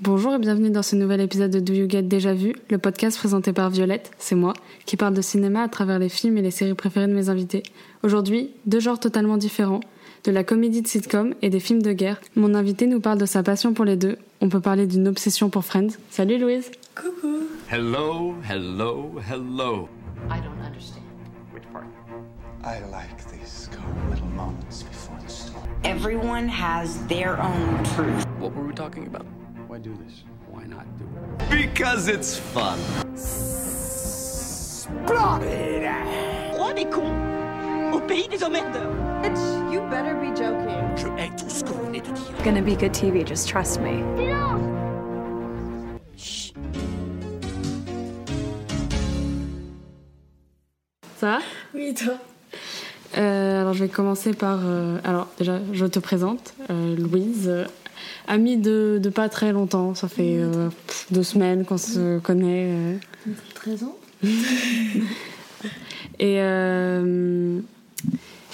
Bonjour et bienvenue dans ce nouvel épisode de Do You Get Déjà Vu, le podcast présenté par Violette, c'est moi, qui parle de cinéma à travers les films et les séries préférées de mes invités. Aujourd'hui, deux genres totalement différents, de la comédie de sitcom et des films de guerre. Mon invité nous parle de sa passion pour les deux. On peut parler d'une obsession pour Friends. Salut Louise Coucou Hello, hello, hello. I don't understand. Which part? I like these calm little moments before the storm. Everyone has their own truth. What were we talking about? Why do this? Why not do it? Because it's fun. gonna be good TV, just trust me. Ça va Oui, toi Euh, alors je vais commencer par... euh, alors déjà, je te présente, euh, Louise, euh, amie de, de pas très longtemps, ça Mm. fait euh, pff, deux semaines qu'on se connaît. euh. 13 Mm. ans Et, euh,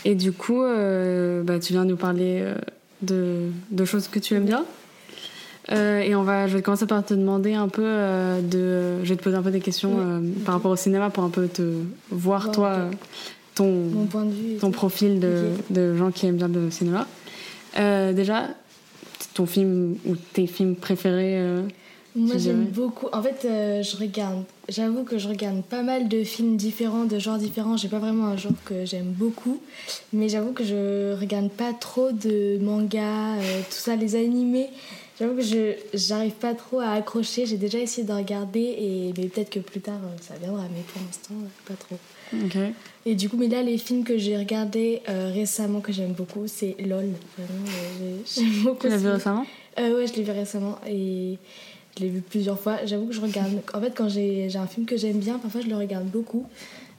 et du coup, euh, bah, tu viens nous parler euh, de, de choses que tu aimes bien. Euh, et on va, je vais commencer par te demander un peu euh, de. Je vais te poser un peu des questions Ouais, euh, par rapport au cinéma pour un peu te voir, Voir, toi, ok. euh, ton, Mon point de vue. et ton tout. profil de, de gens qui aiment bien le cinéma. Euh, déjà, ton film ou tes films préférés euh, Moi, tu j'aime dirais beaucoup. En fait, euh, je regarde. J'avoue que je regarde pas mal de films différents, de genres différents. J'ai pas vraiment un genre que j'aime beaucoup. Mais j'avoue que je regarde pas trop de mangas, euh, tout ça, les animés. J'avoue que je j'arrive pas trop à accrocher. J'ai déjà essayé de regarder, et mais peut-être que plus tard euh, ça viendra. Mais pour l'instant, euh, pas trop. Ok. Et du coup, mais là, les films que j'ai regardés euh, récemment que j'aime beaucoup, c'est LOL. Vraiment, euh, j'ai- j'aime beaucoup. Tu l'as ce vu film. récemment Euh, Ouais, je l'ai vu récemment et je l'ai vu plusieurs fois. J'avoue que je regarde. En fait, quand j'ai j'ai un film que j'aime bien, parfois je le regarde beaucoup.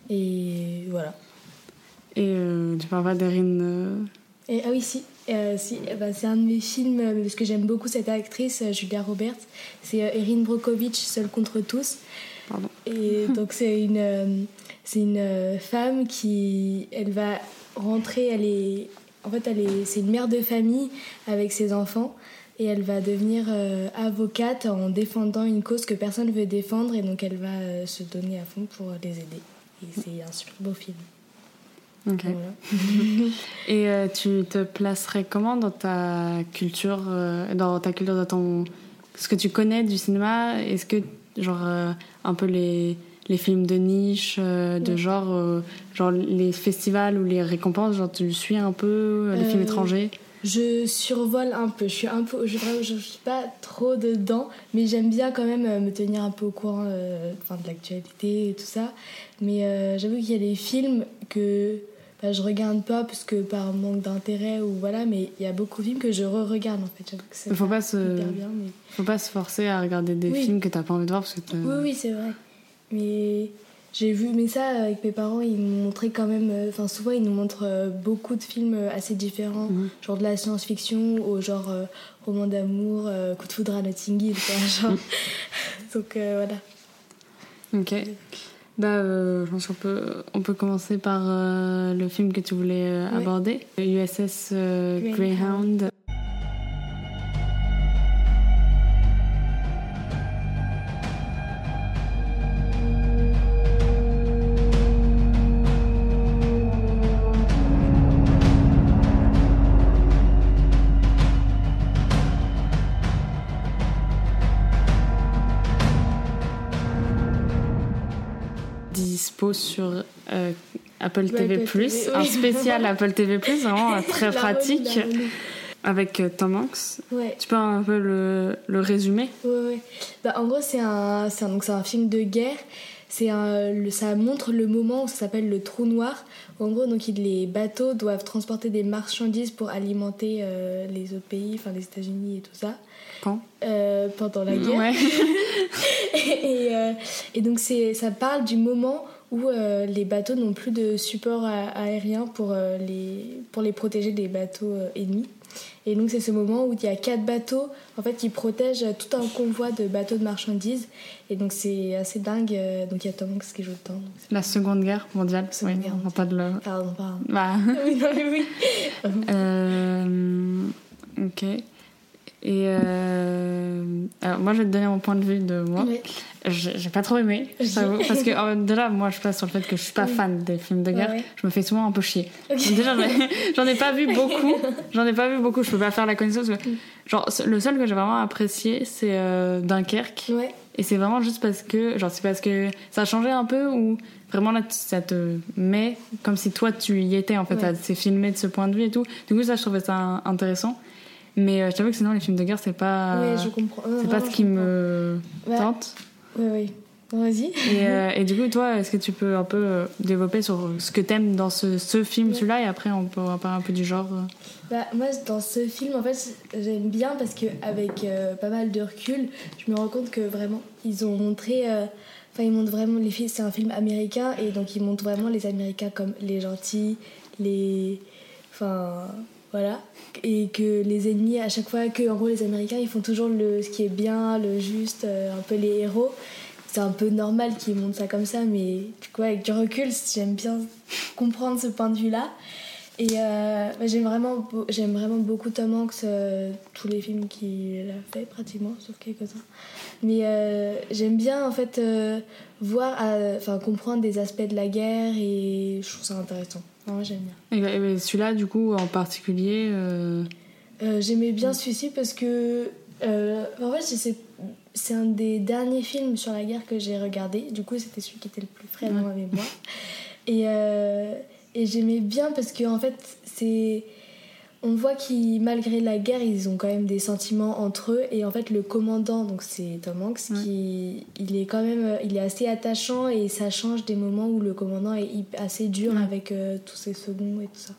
Et voilà. Et euh, tu parles pas d'Erin. euh, Et, ah oui, si, euh, si eh ben, c'est un de mes films, euh, parce que j'aime beaucoup cette actrice, euh, Julia Roberts. C'est euh, Erin Brockovich, Seul contre tous. Pardon. Et donc, c'est une, euh, c'est une euh, femme qui. Elle va rentrer, elle est. En fait, elle est, c'est une mère de famille avec ses enfants. Et elle va devenir euh, avocate en défendant une cause que personne ne veut défendre. Et donc, elle va euh, se donner à fond pour les aider. Et c'est un super beau film. Ok. Voilà. Et euh, tu te placerais comment dans ta culture, euh, dans ta culture, dans ton ce que tu connais du cinéma Est-ce que genre euh, un peu les les films de niche, euh, de Ouais. genre, euh, genre les festivals ou les récompenses, genre tu suis un peu euh, les films Euh, étrangers Je survole un peu, je suis un peu, je, vraiment, je suis pas trop dedans, mais j'aime bien quand même euh, me tenir un peu au courant euh, enfin, de l'actualité et tout ça. Mais euh, j'avoue qu'il y a des films que bah, je regarde pas parce que par manque d'intérêt ou voilà, mais il y a beaucoup de films que je re-regarde en fait. J'avoue que c'est Faut pas se, hyper bien, mais faut pas se forcer à regarder des Oui. films que t'as pas envie de voir parce que t'as- oui, oui, c'est vrai. Mais j'ai vu, mais ça, avec mes parents, ils nous montraient quand même. euh, Enfin, souvent, ils nous montrent euh, beaucoup de films euh, assez différents, Mhm. genre de la science-fiction au genre euh, roman d'amour, euh, coup de foudre à Notting Hill, quoi, genre. Mhm. Donc euh, voilà. Ok. Bah, euh, je pense qu'on peut, on peut commencer par euh, le film que tu voulais euh, Ouais. aborder, USS euh, Greyhound. Greyhound. dispo sur euh, Apple TV+, Apple TV, un oui. spécial Apple TV+, vraiment euh, très La pratique, relou, la relou. avec euh, Tom Hanks. Ouais. Tu peux un peu le, le résumer Ouais, ouais. Bah, en gros, c'est un, c'est un- donc, c'est un film de guerre. C'est un, le- ça montre le moment où ça s'appelle le trou noir. En gros, donc, il- les bateaux doivent transporter des marchandises pour alimenter euh, les autres pays, enfin les États-Unis et tout ça, Quand euh, pendant la guerre. Ouais. et, euh, et donc, c'est, ça parle du moment où euh, les bateaux n'ont plus de support a- aérien pour, euh, les, pour les protéger des bateaux euh, ennemis. Et donc c'est ce moment où il y a quatre bateaux en fait qui protègent tout un convoi de bateaux de marchandises. Et donc c'est assez dingue. euh, Donc il y a Tom Hanks qui joue dedans. donc c'est- La Seconde Guerre mondiale. Seconde oui, Guerre on va pas de le... Pardon, pardon. Bah, oui, non, mais oui. euh, ok. Et euh, Alors, moi, je vais te donner mon point de vue de moi. Ouais. J'ai j'ai pas trop aimé, je t'avoue. Parce que euh, déjà, moi, je passe sur le fait que je suis pas fan des films de guerre. Ouais, ouais. Je me fais souvent un peu chier. Donc Déjà, j'en ai- j'en ai pas vu beaucoup. J'en ai pas vu beaucoup. Je peux pas faire la connaissance. parce que- Genre, le seul que j'ai vraiment apprécié, c'est euh, Dunkerque. Ouais. Et c'est vraiment juste parce que, genre, c'est parce que ça a changé un peu ou vraiment là, tu- ça te met comme si toi tu y étais en fait, Ouais. ça- c'est filmé de ce point de vue et tout. Du coup, ça, je trouvais ça un- intéressant. Mais euh, je t'avoue que sinon, les films de guerre, c'est pas. Ouais, je comprends. Non, C'est pas vraiment, ce je qui comprends. me Ouais. tente. Ouais, ouais. Vas-y. Et, euh, et du coup, toi, est-ce que tu peux un peu euh, développer sur ce que t'aimes dans ce, ce film, celui-là, et après on peut en parler un peu du genre euh. Bah, moi, dans ce film, en fait, j'aime bien parce que avec euh, pas mal de recul, je me rends compte que vraiment, ils ont montré. euh, Enfin, ils montrent vraiment les filles. C'est un film américain et donc ils montrent vraiment les Américains comme les gentils, les. Enfin, voilà. Et que les ennemis, à chaque fois que, en gros, les Américains, ils font toujours le, ce qui est bien, le juste, euh, un peu les héros. C'est un peu normal qu'ils montrent ça comme ça, mais du coup, avec du recul, j'aime bien comprendre ce point de vue-là. Et euh, bah, j'aime vraiment, beau- j'aime vraiment beaucoup Tom Hanks, euh, tous les films qu'il a fait pratiquement, sauf quelques-uns. Mais euh, j'aime bien en fait euh, voir, euh, enfin comprendre des aspects de la guerre et je trouve ça intéressant. Vraiment, j'aime bien. Et, bah, et bah, celui-là, du coup, en particulier. euh, Euh, J'aimais bien celui-ci parce que. euh, en fait, c'est- c'est un des derniers films sur la guerre que j'ai regardé. Du coup, c'était celui qui était le plus frais dans ma mémoire. Et, euh, et j'aimais bien parce que, en fait, c'est. On voit qu'ils, malgré la guerre, ils ont quand même des sentiments entre eux. Et en fait, le commandant, donc c'est Tom Hanks, qui, il est quand même, euh, il est assez attachant et ça change des moments où le commandant est hyp- assez dur avec euh, tous ses seconds et tout ça.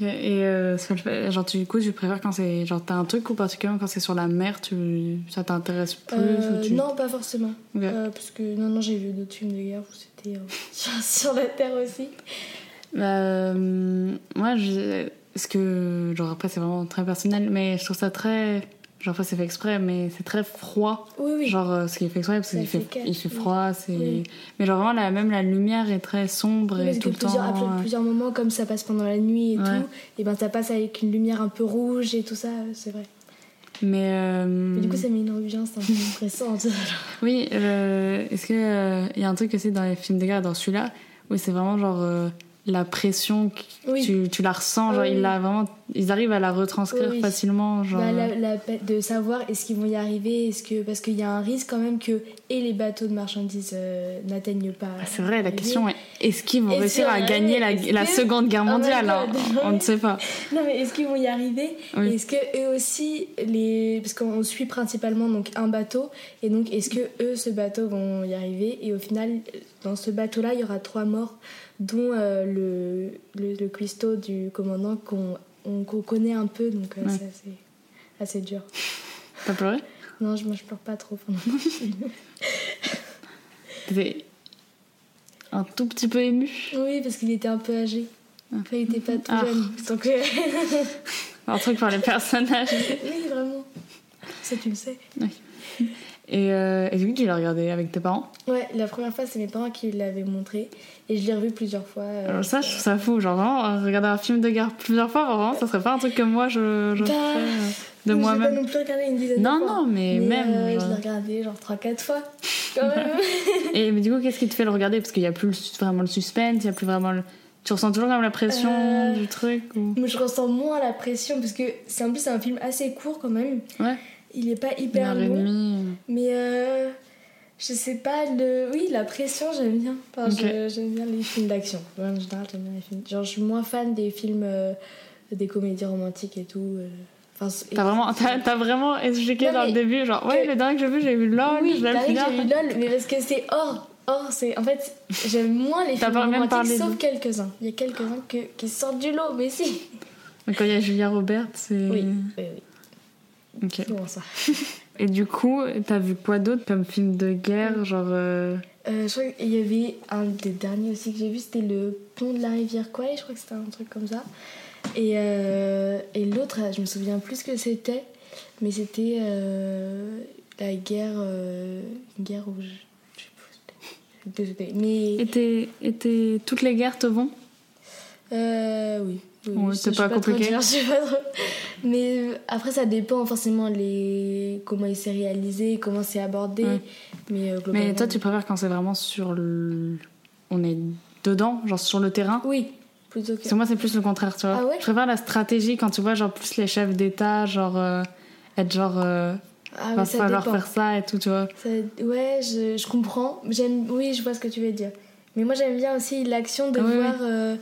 Et euh, ce que je fais- genre, tu- du coup, tu préfères quand c'est. Genre, t'as un truc ou particulièrement quand c'est sur la mer, tu, ça t'intéresse plus Euh, ou tu- Non, pas forcément. Ok. Euh, parce que non, non, j'ai vu d'autres films de guerre où c'était euh, sur, sur la Terre aussi. Euh, moi, je... ce que. Genre, après, c'est vraiment très personnel, mais je trouve ça très. Genre, après, c'est fait exprès, mais c'est très froid. Oui, oui. Genre, euh, ce qui est fait exprès, parce Ça qu'il fait fait, cache, il fait oui. froid, c'est. Oui. Mais genre, vraiment, la, même la lumière est très sombre Oui, et parce tout que le temps. plusieurs, après euh, plusieurs moments, comme ça passe pendant la nuit et Ouais. tout, et ben ça passe avec une lumière un peu rouge et tout ça, euh, c'est vrai. Mais. euh, Mais du coup, ça met une ambiance un peu impressionnante. Oui, euh, est-ce que euh, y a un truc aussi dans les films de guerre, dans celui-là, où c'est vraiment genre euh, la pression, qui- Oui. tu, tu la ressens, Ah genre oui, ils, oui. la vraiment, ils arrivent à la retranscrire Oui, oui. facilement. Genre, euh, Bah, la, la pe- de savoir est-ce qu'ils vont y arriver, est-ce que parce qu'il y a un risque quand même que et les bateaux de marchandises euh, n'atteignent pas. Ah, C'est vrai, la question est est-ce qu'ils vont Est-ce réussir à que- gagner la, est-ce la que- Seconde Guerre Oh my mondiale hein God. On ne sait pas. Non mais est-ce qu'ils vont y arriver Oui. Et Est-ce que eux aussi les parce qu'on suit principalement donc un bateau et donc est-ce que eux ce bateau vont y arriver et au final dans ce bateau là il y aura trois morts dont euh, le, le le cuistot du commandant qu'on on- qu'on connaît un peu donc euh, Ouais. c'est assez, assez dur. T'as pleuré Non je moi, je pleure pas trop. enfin, T'étais un tout petit peu ému oui parce qu'il était un peu âgé. Enfin, il était pas tout Ah. jeune donc euh, Un truc par les personnages. oui vraiment ça tu le sais. Et, euh, et du coup, tu l'as regardé avec tes parents Ouais, la première fois, c'est mes parents qui l'avaient montré et je l'ai revu plusieurs fois. euh, Alors ça, je trouve ça fou. Genre, vraiment, euh, regarder un film de guerre plusieurs fois, vraiment, ça serait pas un truc que moi, je, je Bah, ferais euh, de donc J'ai moi-même. pas non plus regardé une dizaine Non, de fois. non, mais même, euh, genre. Je l'ai regardé genre 3-4 fois. Quand même. Et mais du coup, qu'est-ce qui te fait le regarder Parce qu'il y a plus le sus- vraiment le suspense, il y a plus vraiment le... Tu ressens toujours comme la pression Euh, du truc ou... Mais je ressens moins la pression parce que c'est en plus c'est un film assez court quand même. Ouais, Il est pas une hyper heure et long. demie. Mais euh, je sais pas, le... oui, la pression, j'aime bien. Enfin, Ok. je- j'aime bien les films d'action. Ouais, en général, j'aime bien les films. Genre, je suis moins fan des films, euh, des comédies romantiques et tout. euh. Enfin, c'est- T'as vraiment, t'as, t'as vraiment expliqué Non, dans le mais début, genre, ouais, que- le dernier que j'ai vu, j'ai vu LOL, Oui, Ah, je bah l'aime oui, bien. j'ai eu LOL, mais parce que c'est hors. Hors, c'est. En fait, j'aime moins les T'as films pas même parlé romantiques, de- sauf quelques-uns. Il y a quelques-uns que- qui sortent du lot, mais si Mais Quand il y a Julia Roberts, c'est. Oui, oui, oui. Ok. C'est bon ça. Et du coup, t'as vu quoi d'autre comme film de guerre Genre. euh, Euh, je crois qu'il y avait un des derniers aussi que j'ai vu, c'était le pont de la rivière Kwai, je crois que c'était un truc comme ça. Et, euh, et l'autre, je me souviens plus ce que c'était, mais c'était euh, la guerre. euh, une guerre rouge. Je sais plus où c'était. Désolée. Mais. Et, t'es- et t'es- toutes les guerres te vont Euh, oui. Oui, Ouais, je- c'est je pas sais trop compliqué. dire, je sais pas trop. Mais euh, après, ça dépend forcément les... comment il s'est réalisé, comment c'est abordé. Ouais. Mais, euh, globalement, Mais toi, tu préfères quand c'est vraiment sur le. On est dedans, genre sur le terrain Oui, plutôt que. Parce que moi, c'est plus le contraire, tu vois. Ah ouais je préfère la stratégie quand tu vois, genre, plus les chefs d'État, genre, euh, être genre, euh, Ah, va mais ça falloir dépend. faire ça et tout, tu vois. Ça- Ouais, je, je comprends. J'aime... Oui, je vois ce que tu veux dire. Mais moi, j'aime bien aussi l'action de Ah, oui, voir. euh,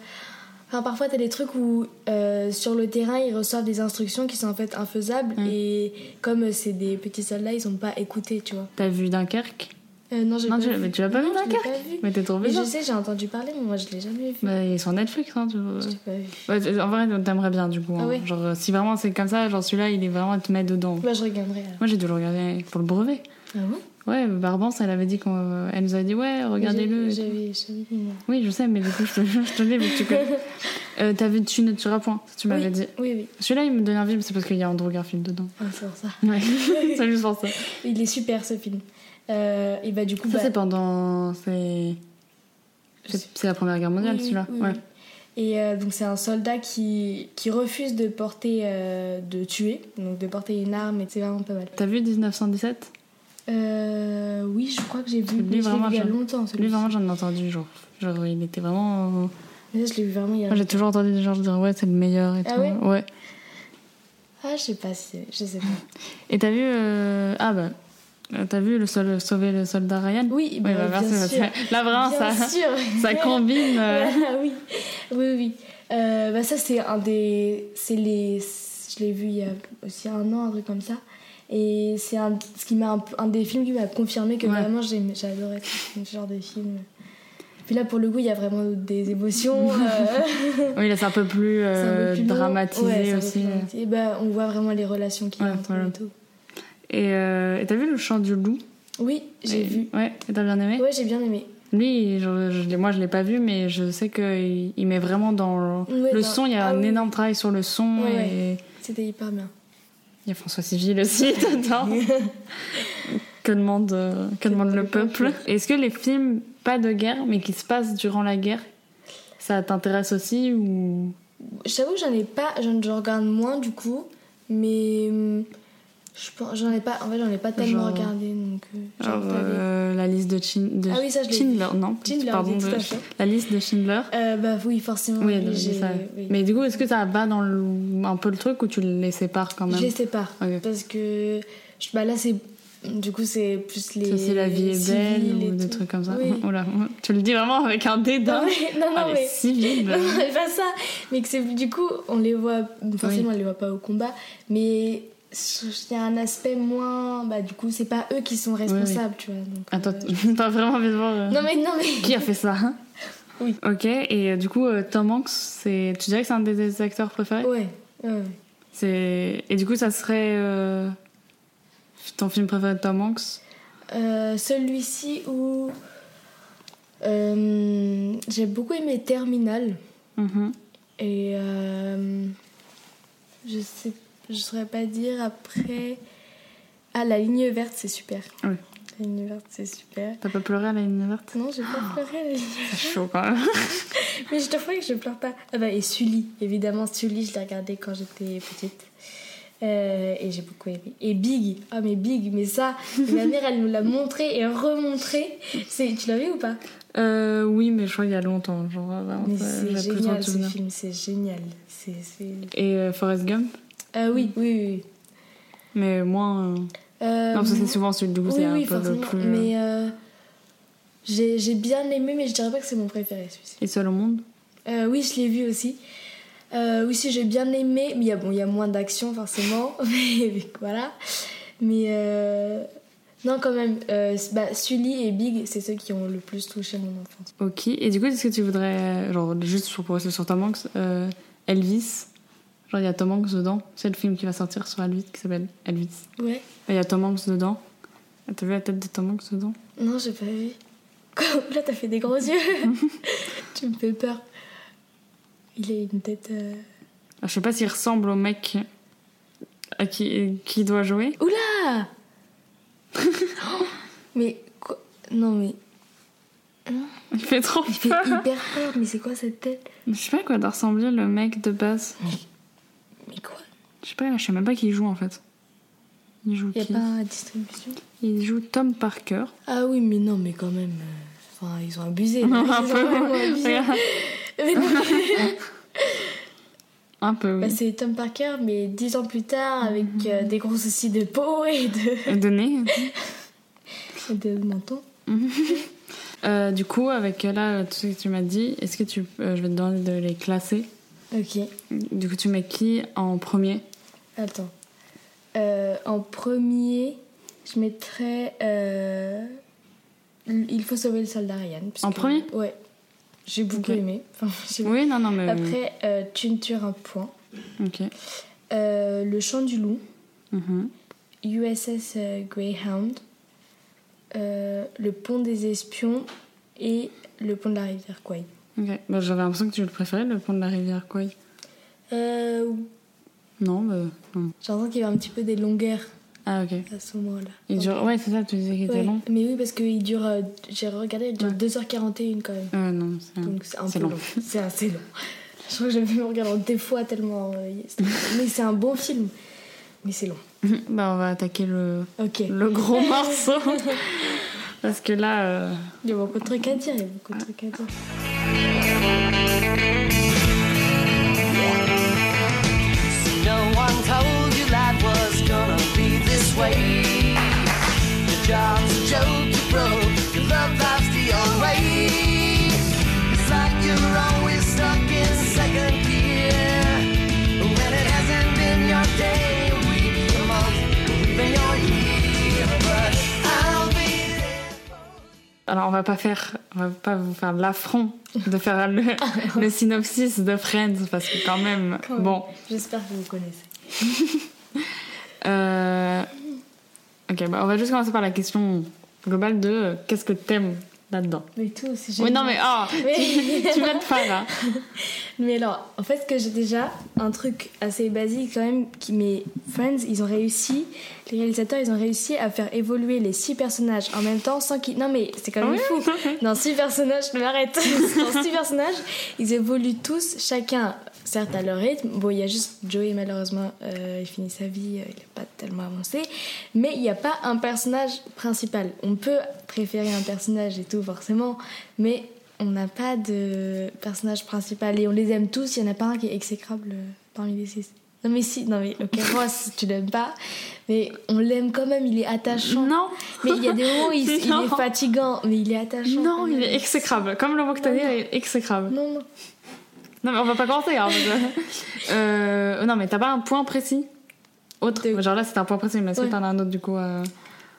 Enfin, parfois, t'as des trucs où euh, sur le terrain, ils reçoivent des instructions qui sont en fait infaisables. Mm. Et comme euh, c'est des petits soldats, ils sont pas écoutés, tu vois. T'as vu Dunkerque Euh, non, j'ai Non, pas tu l'as- vu. mais tu l'as pas vu Non, je l'ai Dunkerque pas vu. Mais t'es trop Mais je bizarre. sais, j'ai entendu parler, mais moi je l'ai jamais vu. Ah Bah, ils sont Netflix, hein, tu vois. Je l'ai pas vu. Ouais, t- en vrai, t'aimerais bien, du coup. Ah hein. ouais. Genre, euh, si vraiment c'est comme ça, genre, celui-là, il est vraiment, il te met dedans. Bah, je regarderai alors. Moi, j'ai dû le regarder pour le brevet. Ah bon Ouais, Barbance, elle avait dit qu'on. euh, Elle nous avait dit, ouais, regardez-le. et tout. J'avais jamais vu. moi. Oui, je sais, mais du coup, je te, je te le dis, vu que tu connais. Euh, T'as vu Tu ne tueras point, tu m'avais oui. dit. Oui, oui. Celui-là, il me donne envie, mais c'est parce qu'il y a Andrew Garfield dedans. Ah, c'est pour ça. Ouais, c'est juste pour ça. Il est super ce film. Euh, et bah, du coup. Ça, bah, c'est pendant. C'est. C'est c'est la première guerre mondiale, Oui, celui-là. oui, ouais. oui. Et euh, donc c'est un soldat qui, qui refuse de porter, euh, de tuer, donc de porter une arme, et c'est vraiment pas mal. T'as vu 1917 Euh, oui, je crois que j'ai vu, Lui, mais je l'ai vraiment, vu il y a je- longtemps Lui, celui-ci. vraiment, j'en ai entendu, genre. Genre, il était vraiment. Mais ça, je l'ai vu vraiment il y a Moi, j'ai toujours entendu des gens dire, ouais, c'est le meilleur et Ah tout. ouais ouais. Ah, je sais pas si c'est... Je sais pas. Et t'as vu. euh, Ah bah. euh, T'as vu le sol... sauver le soldat Ryan Oui, bah, bah, merci, bien parce sûr. que Là, vraiment, Bien ça, sûr ça combine. euh, Voilà, oui, oui, oui. Euh, bah ça c'est un des, c'est les, je l'ai vu il y a aussi un an, un truc comme ça. Et c'est un, ce qui m'a un, peu- un des films qui m'a confirmé que Ouais. vraiment j'aimais- j'adorais ce genre de film. Puis là pour le coup il y a vraiment des émotions. euh, Oui, là, c'est un peu plus, c'est un peu euh, plus long. dramatisé Ouais, c'est un peu aussi. plus dramatisé. Bah, on voit vraiment les relations qu'il y a Ouais, entre voilà. eux et tout. Et euh, et t'as vu le chant du loup Oui, j'ai Et- vu. Ouais, et t'as bien aimé Ouais, j'ai bien aimé. Lui, je, je l'ai- moi je l'ai pas vu, mais je sais qu'il il met vraiment dans le, Ouais, le dans- son. Il y a ah un oui. énorme travail sur le son Ouais, et C'était hyper bien. il y a François Civil aussi dedans. que demande, euh, que demande le peuple Est-ce que les films pas de guerre, mais qui se passent durant la guerre, ça t'intéresse aussi ou Je t'avoue que j'en ai pas, j'en je regarde moins du coup, mais hum, je pense, j'en ai pas, en fait j'en ai pas tellement Genre- regardé donc. euh, j'en Genre, ai pas vu. euh, la liste de, Chin- de Ah oui, ça, je l'ai vu. Schindler Non, Schindler, pardon, oui, tout de- à fait. la liste de Schindler. Euh, bah oui forcément. Oui, oui, donc, j'ai- ça. oui. Mais du coup, est-ce que ça va dans le- un peu le truc ou tu les sépares quand même Je les sépare Ok. parce que je, bah là c'est, du coup c'est plus les. Ça, c'est la vie est belle civils et ou des tout. trucs comme ça. Oui. Oula, tu le dis vraiment avec un dédain. Non mais, non, non, Ah, les mais- civils. Non, mais pas ça, mais que c'est du coup on les voit forcément on les voit pas au combat, mais il y a un aspect moins, bah du coup c'est pas eux qui sont responsables tu vois. donc, Attends, euh, t'as vraiment envie de voir euh, Non mais non mais qui a fait ça hein Oui. Ok, et euh, du coup, euh, Tom Hanks, c'est... tu dirais que c'est un de tes acteurs préférés Ouais, ouais. C'est... Et du coup, ça serait euh, ton film préféré de Tom Hanks Euh, Celui-ci où euh, j'ai beaucoup aimé Terminal Mhm. et euh, je sais, je saurais pas dire après. Ah la ligne verte c'est super. Oui. La ligne verte c'est super. T'as pas pleuré à la ligne verte Non j'ai Ah. pas pleuré. la ligne- C'est chaud quand même. Mais je te promets que je pleure pas. Ah bah et Sully évidemment Sully je l'ai regardé quand j'étais petite. Euh, et j'ai beaucoup aimé. Et Big, ah mais Big, mais ça, ma mère elle nous l'a montré et remontré. C'est- Tu l'as vu ou pas Euh, oui, mais je crois qu'il y a longtemps. Genre, vraiment, Mais ça- c'est j'ai plus trop de génial ce souvenirs. film, c'est génial. C'est, c'est... Et euh, Forrest Gump Euh, oui, oui, oui, oui. Mais moins. euh, Euh, Non, parce que c'est souvent celui du coup, oui, c'est oui, un peu le forcément. plus. euh, Mais euh, j'ai, j'ai bien aimé, mais je dirais pas que c'est mon préféré celui-ci. Et seul au monde Euh, oui, je l'ai vu aussi. Euh, oui, si j'ai bien aimé, mais il y, a- bon, il y a moins d'action forcément. mais, mais voilà. Mais euh, non, quand même, euh, bah, Sully et Big, c'est ceux qui ont le plus touché mon enfance. Ok. Et du coup, est-ce que tu voudrais, genre, juste pour rester sur Tom Hanks, euh, Elvis Genre, il y a Tom Hanks dedans. C'est le film qui va sortir sur Elvis qui s'appelle Elvis. Ouais. Et Il y a Tom Hanks dedans. Ah, T'as vu la tête de Tom Hanks dedans Non, j'ai pas vu. Là, t'as fait des gros yeux. tu me fais peur. Il a une tête. euh, Ah, Je sais pas s'il ressemble au mec à qui, qui doit jouer. Oh, Oula Mais quoi Non, mais. Il fait trop Il fait peur. hyper peur, mais c'est quoi cette tête Je sais pas à quoi doit ressembler le mec de base. Mais quoi Je sais pas, je sais même pas qui il joue en fait. Il joue Y'a qui pas un distribution Il joue Tom Parker. Ah oui, mais non, mais quand même. euh, Enfin, ils ont abusé. un ils ont vraiment abusé. peu. Mais non, un peu, bah, oui. c'est Tom Parker, mais dix ans plus tard, avec Mhm. euh, des gros soucis de peau et de, Donné. et de menton. Euh, du coup, avec euh, là, tout ce que tu m'as dit, est-ce que tu. euh, je vais te demander de les classer. Ok, Du coup, tu mets qui en premier attends. Euh, en premier, je mettrais. euh, Il faut sauver le soldat Ryan. parce En que- premier Ouais. J'ai beaucoup Ok. aimé. Enfin, j'ai- Oui, non, non, mais. Après, euh, tu ne tueras point. Ok. Euh, le chant du loup. Mhm. USS euh, Greyhound, euh, le pont des espions et le pont de la rivière Kwai. Ok. Bah, J'avais l'impression que tu le préférais, le pont de la rivière Kouai. Euh, Non, bah. Non. J'entends qu'il y avait un petit peu des longueurs Ah, ok. à ce moment-là. Il dure. Ouais, c'est ça, tu disais qu'il était Ouais, long. Mais oui, parce qu'il dure, euh, j'ai regardé, il dure Ouais. 2h41 quand même. Euh, non, c'est. Donc c'est un c'est peu long. long. C'est assez long. Je crois que j'avais vu le regarder des fois tellement. euh, c'était- mais c'est un bon film. Mais c'est long. bah, on va attaquer le. Ok. le gros morceau. Parce que là, euh, Il y a beaucoup de trucs à dire, il y a beaucoup de trucs à dire. No one told you life was gonna be this way. Your job's a joke, you broke. Your love life's the old way. It's like you're always stuck in second gear. When it hasn't been your day, week, your month, even your year. But I'll be there. alors on va pas faire, on va pas vous faire l'affront de faire le, le synopsis de Friends parce que quand même, Quand même. bon. J'espère que vous connaissez. Euh, ok, bah on va juste commencer par la question globale de euh, qu'est-ce que t'aimes là-dedans. Mais tout aussi Oui, non mais oh, Oui. tu vas te faire hein. là. Mais alors, en fait, ce que j'ai déjà un truc assez basique quand même, qui mes Friends, ils ont réussi, les réalisateurs, ils ont réussi à faire évoluer les six personnages en même temps sans qu'ils. Non mais c'est quand même fou. Dans six personnages, je m'arrête. Dans six personnages, ils évoluent tous, chacun certes à leur rythme. Bon, il y a juste Joey malheureusement, euh, il finit sa vie, euh, il n'a pas tellement avancé. Mais il n'y a pas un personnage principal. On peut préférer un personnage et tout forcément, mais on n'a pas de personnage principal et on les aime tous. Il n'y en a pas un qui est exécrable euh, parmi les six. Non mais si, non mais ok, Ross, tu l'aimes pas, mais on l'aime quand même, il est attachant. Non. Mais il y a des moments où il, il Non. est fatigant, mais il est attachant. quand Non, même. il est exécrable. Comme le mot que t'as dit, il est exécrable. Non, non. Non mais on va pas commencer. hein, parce que- Euh, non mais t'as pas un point précis. Autre. De- Genre là c'était un point précis, mais est-ce que Ouais. t'en as un autre du coup euh,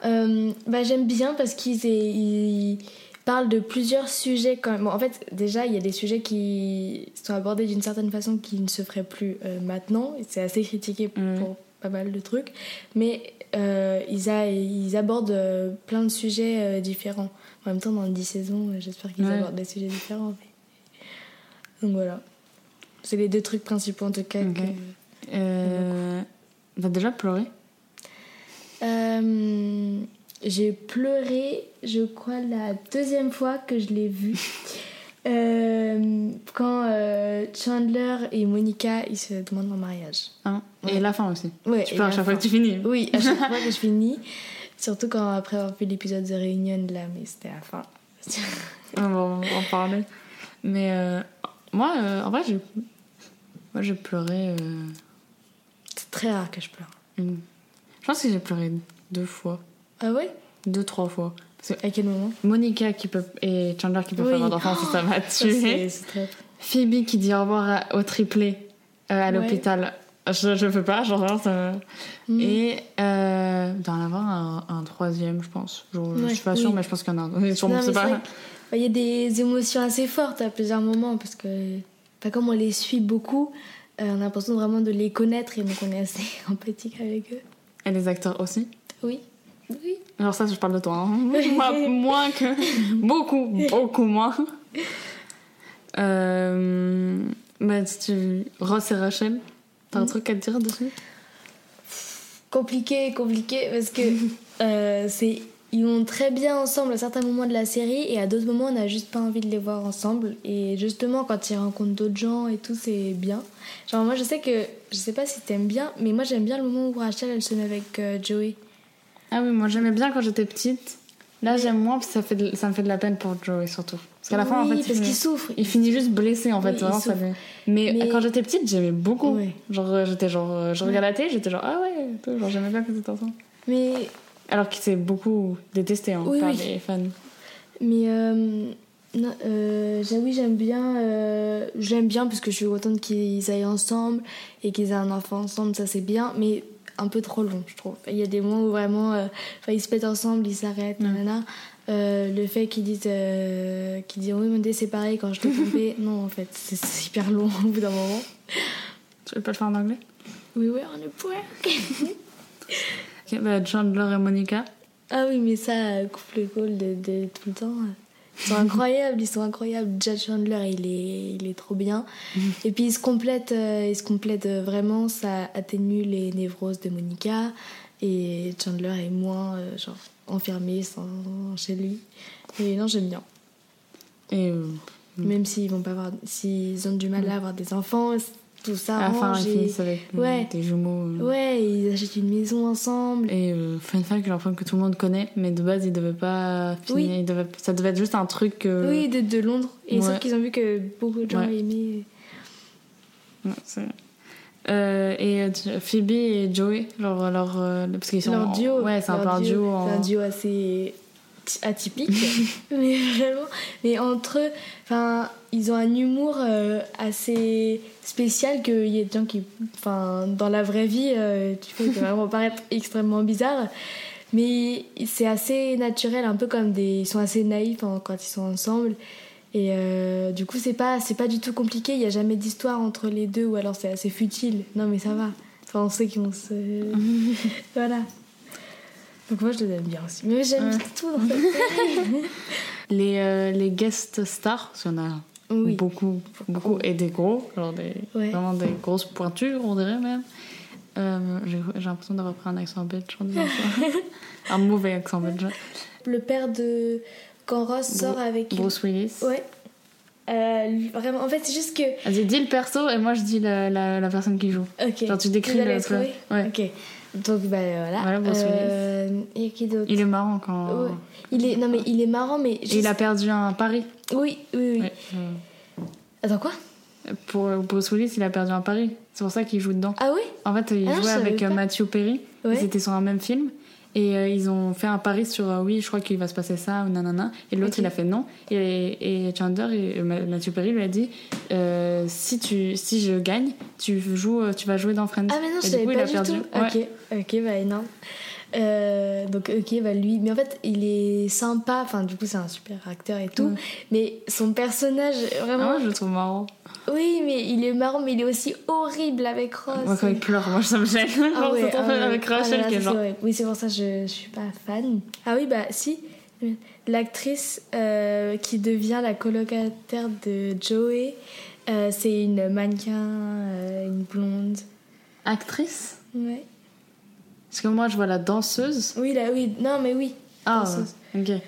Euh, bah, j'aime bien parce qu'ils é- ils parlent de plusieurs sujets quand même. Bon, en fait, déjà, il y a des sujets qui sont abordés d'une certaine façon qui ne se feraient plus euh, maintenant. Et C'est assez critiqué pour Mhm. pas mal de trucs. Mais euh, ils, a- ils abordent euh, plein de sujets euh, différents. En même temps, dans 10 saisons, euh, j'espère qu'ils Ouais. abordent des sujets différents. mais- Donc voilà. C'est les deux trucs principaux en tout cas. Ok. que- Euh, T'as déjà pleuré Euh, j'ai pleuré, je crois, la deuxième fois que je l'ai vu. Euh, quand euh, Chandler et Monica ils se demandent en mariage. hein Et Ouais. la fin aussi. Ouais, tu et pleures à la chaque fois fin. que tu finis. Oui, à chaque fois que je finis. Surtout quand après avoir fait l'épisode de réunion là, mais c'était à la fin. On va on va en parler. Mais euh, moi, euh, en vrai, j'ai moi, j'ai pleuré. euh, C'est très rare que je pleure. une- Je pense que j'ai pleuré deux fois. Ah ouais Deux, trois fois. Parce que À quel moment Monica qui peut... et Chandler qui peuvent Oui. Oh, pas avoir d'enfants, ça, ça m'a Ça, c'est- tué. c'est très- Phoebe qui dit au revoir à- au triplé euh, à Ouais. l'hôpital. Je, je peux pas, genre, vraiment, ça me- Mm. Et euh, d'en avoir un, un troisième, je pense. Je, je Ouais, suis pas sûre, oui. mais je pense qu'il y en a un. Et sûrement, Non, mais c'est c'est pas... vrai que- bah, Il y a des émotions assez fortes à plusieurs moments parce que, enfin, comme on les suit beaucoup, euh, on a l'impression vraiment de les connaître et donc on est assez empathique avec eux. Et les acteurs aussi Oui. Oui. Alors ça, je parle de toi. hein. Moi, moins que... Beaucoup, beaucoup moins. Euh... Bah, si tu... Ross et Rachel, t'as un truc à te dire dessus Compliqué, compliqué parce que euh, c'est ils vont très bien ensemble à certains moments de la série et à d'autres moments on n'a juste pas envie de les voir ensemble et justement quand ils rencontrent d'autres gens et tout c'est bien genre moi je sais que je sais pas si t'aimes bien mais moi j'aime bien le moment où Rachel elle se met avec euh, Joey Ah oui, moi j'aimais bien quand j'étais petite. Là j'aime moins parce que ça, fait de- ça me fait de la peine pour Joey surtout. Parce qu'à la fin en fait Oui, il, parce finit- qu'il souffre. Il finit juste blessé en fait. Oui, il vraiment, ça souffre. me- mais, Mais- quand j'étais petite j'aimais beaucoup. Ouais. Genre euh, j'étais genre euh, je regardais la télé j'étais genre ah ouais tout, genre j'aimais bien que c'était ensemble. mais Alors qu'il s'est beaucoup détesté hein, Oui, par oui. les fans. Mais euh, non, euh, j'ai- oui, j'aime bien, euh, j'aime bien parce que je suis contente qu'ils aillent ensemble et qu'ils aient un enfant ensemble, ça c'est bien, mais un peu trop long, je trouve. Il y a des moments où vraiment, euh, enfin, ils se pètent ensemble, ils s'arrêtent, nanana. Euh, le fait qu'ils disent, euh, qu'ils disent oui, mais t'es séparés quand je t'ai trompé, non, en fait, c'est- c'est hyper long au bout d'un moment. Tu veux pas le faire en anglais Oui, oui, on le pourrait. Ok bah Chandler et Monica. Ah oui, mais ça, euh, couple cool de, de tout le temps. euh, Ils sont incroyables, ils sont incroyables. Jad Chandler, il est, il est trop bien. Et puis, ils se complètent, euh, ils se complètent euh, vraiment. Ça atténue les névroses de Monica. Et Chandler est moins euh, genre, enfermé sans, chez lui. Et non, j'aime bien. Et euh, Même s'ils vont pas avoir, s'ils ont du mal à avoir des enfants, c- tout ça. à la fin arrange ils et- finissent avec euh, Ouais. des jumeaux. euh. Ouais, ils achètent une maison ensemble. Et euh, fun fact, j'ai l'impression que tout le monde connaît, mais de base, ils devaient pas finir. Oui. ils devaient- ça devait être juste un truc. euh, Oui, de, de Londres. Et Ouais. sauf qu'ils ont vu que beaucoup de gens Ouais. aimaient. ouais, c'est- Euh, et euh, tu- Phoebe et Joey, genre leur. euh, parce qu'ils sont. leur en- duo. Ouais, c'est un leur peu un duo. en- C'est un duo assez ti- atypique, mais vraiment. Mais entre eux, enfin, ils ont un humour euh, assez spécial qu'il y a des gens qui, enfin, dans la vraie vie, euh, tu vois, ils peuvent vraiment paraître extrêmement bizarres. Mais c'est assez naturel, un peu comme des. Ils sont assez naïfs en- quand ils sont ensemble. Et euh, du coup, c'est pas, c'est pas du tout compliqué. Il n'y a jamais d'histoire entre les deux, ou alors c'est assez futile. Non, mais ça va. Enfin, on sait qu'ils vont se. voilà. Donc moi je les aime bien aussi. Mais j'aime tout dans cette série. Les, euh, les guest stars, parce qu'il y en a Oui. beaucoup, beaucoup, et des gros, genre des, Ouais. vraiment des grosses pointures, on dirait même. Euh, j'ai j'ai l'impression d'avoir pris un accent belge en disant ça. un mauvais accent belge. Le père de quand Ross sort avec Bruce Willis. Ouais. Euh, lui- vraiment en fait c'est juste que Vas-y, dis le perso et moi je dis la, la, la personne qui joue. OK. Genre, tu décris vas le- les trouver ouais. OK. Donc bah voilà. Voilà, Bruce Euh, il y a qui d'autre Il est marrant quand. Ouais. Il est non mais il est marrant mais Et Il a perdu un pari. oui oui oui. Ouais, euh, Attends quoi Pour Bruce Willis, il a perdu un pari. C'est pour ça qu'il joue dedans. Ah oui En fait, il Ah non, je jouait savais avec euh, pas. Matthew Perry. Ouais. Ils étaient sur un même film. Et euh, ils ont fait un pari sur euh, oui, je crois qu'il va se passer ça ou nanana. Et l'autre, Ok. il a fait non. Et, et Chandler, et, euh, Ma- Matthew Perry lui a dit euh, si, tu, si je gagne, tu, joues, euh, tu vas jouer dans Friends. Ah mais non, Et je du savais coup, il pas a du perdu. tout. Ouais. Ok, ok, bah énorme. Euh, donc ok, bah lui, mais en fait il est sympa, enfin du coup c'est un super acteur et tout, Ouais. mais son personnage Mm. Ah vraiment, ouais, je le trouve marrant. Ah, oui mais il est marrant, mais il est aussi horrible avec Ross. Moi, quand il pleure, moi, ça me gêne. Ah Genre, ouais, ça ah tombe ouais. avec Ah Rachel là là, qui est ça, genre. c'est horrible. Oui c'est pour ça que je, je suis pas fan. Ah oui bah si, l'actrice euh, qui devient la colocataire de Joey, euh, c'est une mannequin, euh, une blonde. Actrice Ouais. Parce que moi, je vois la danseuse. Oui là oui, non mais oui. Ah, Danseuse. ok.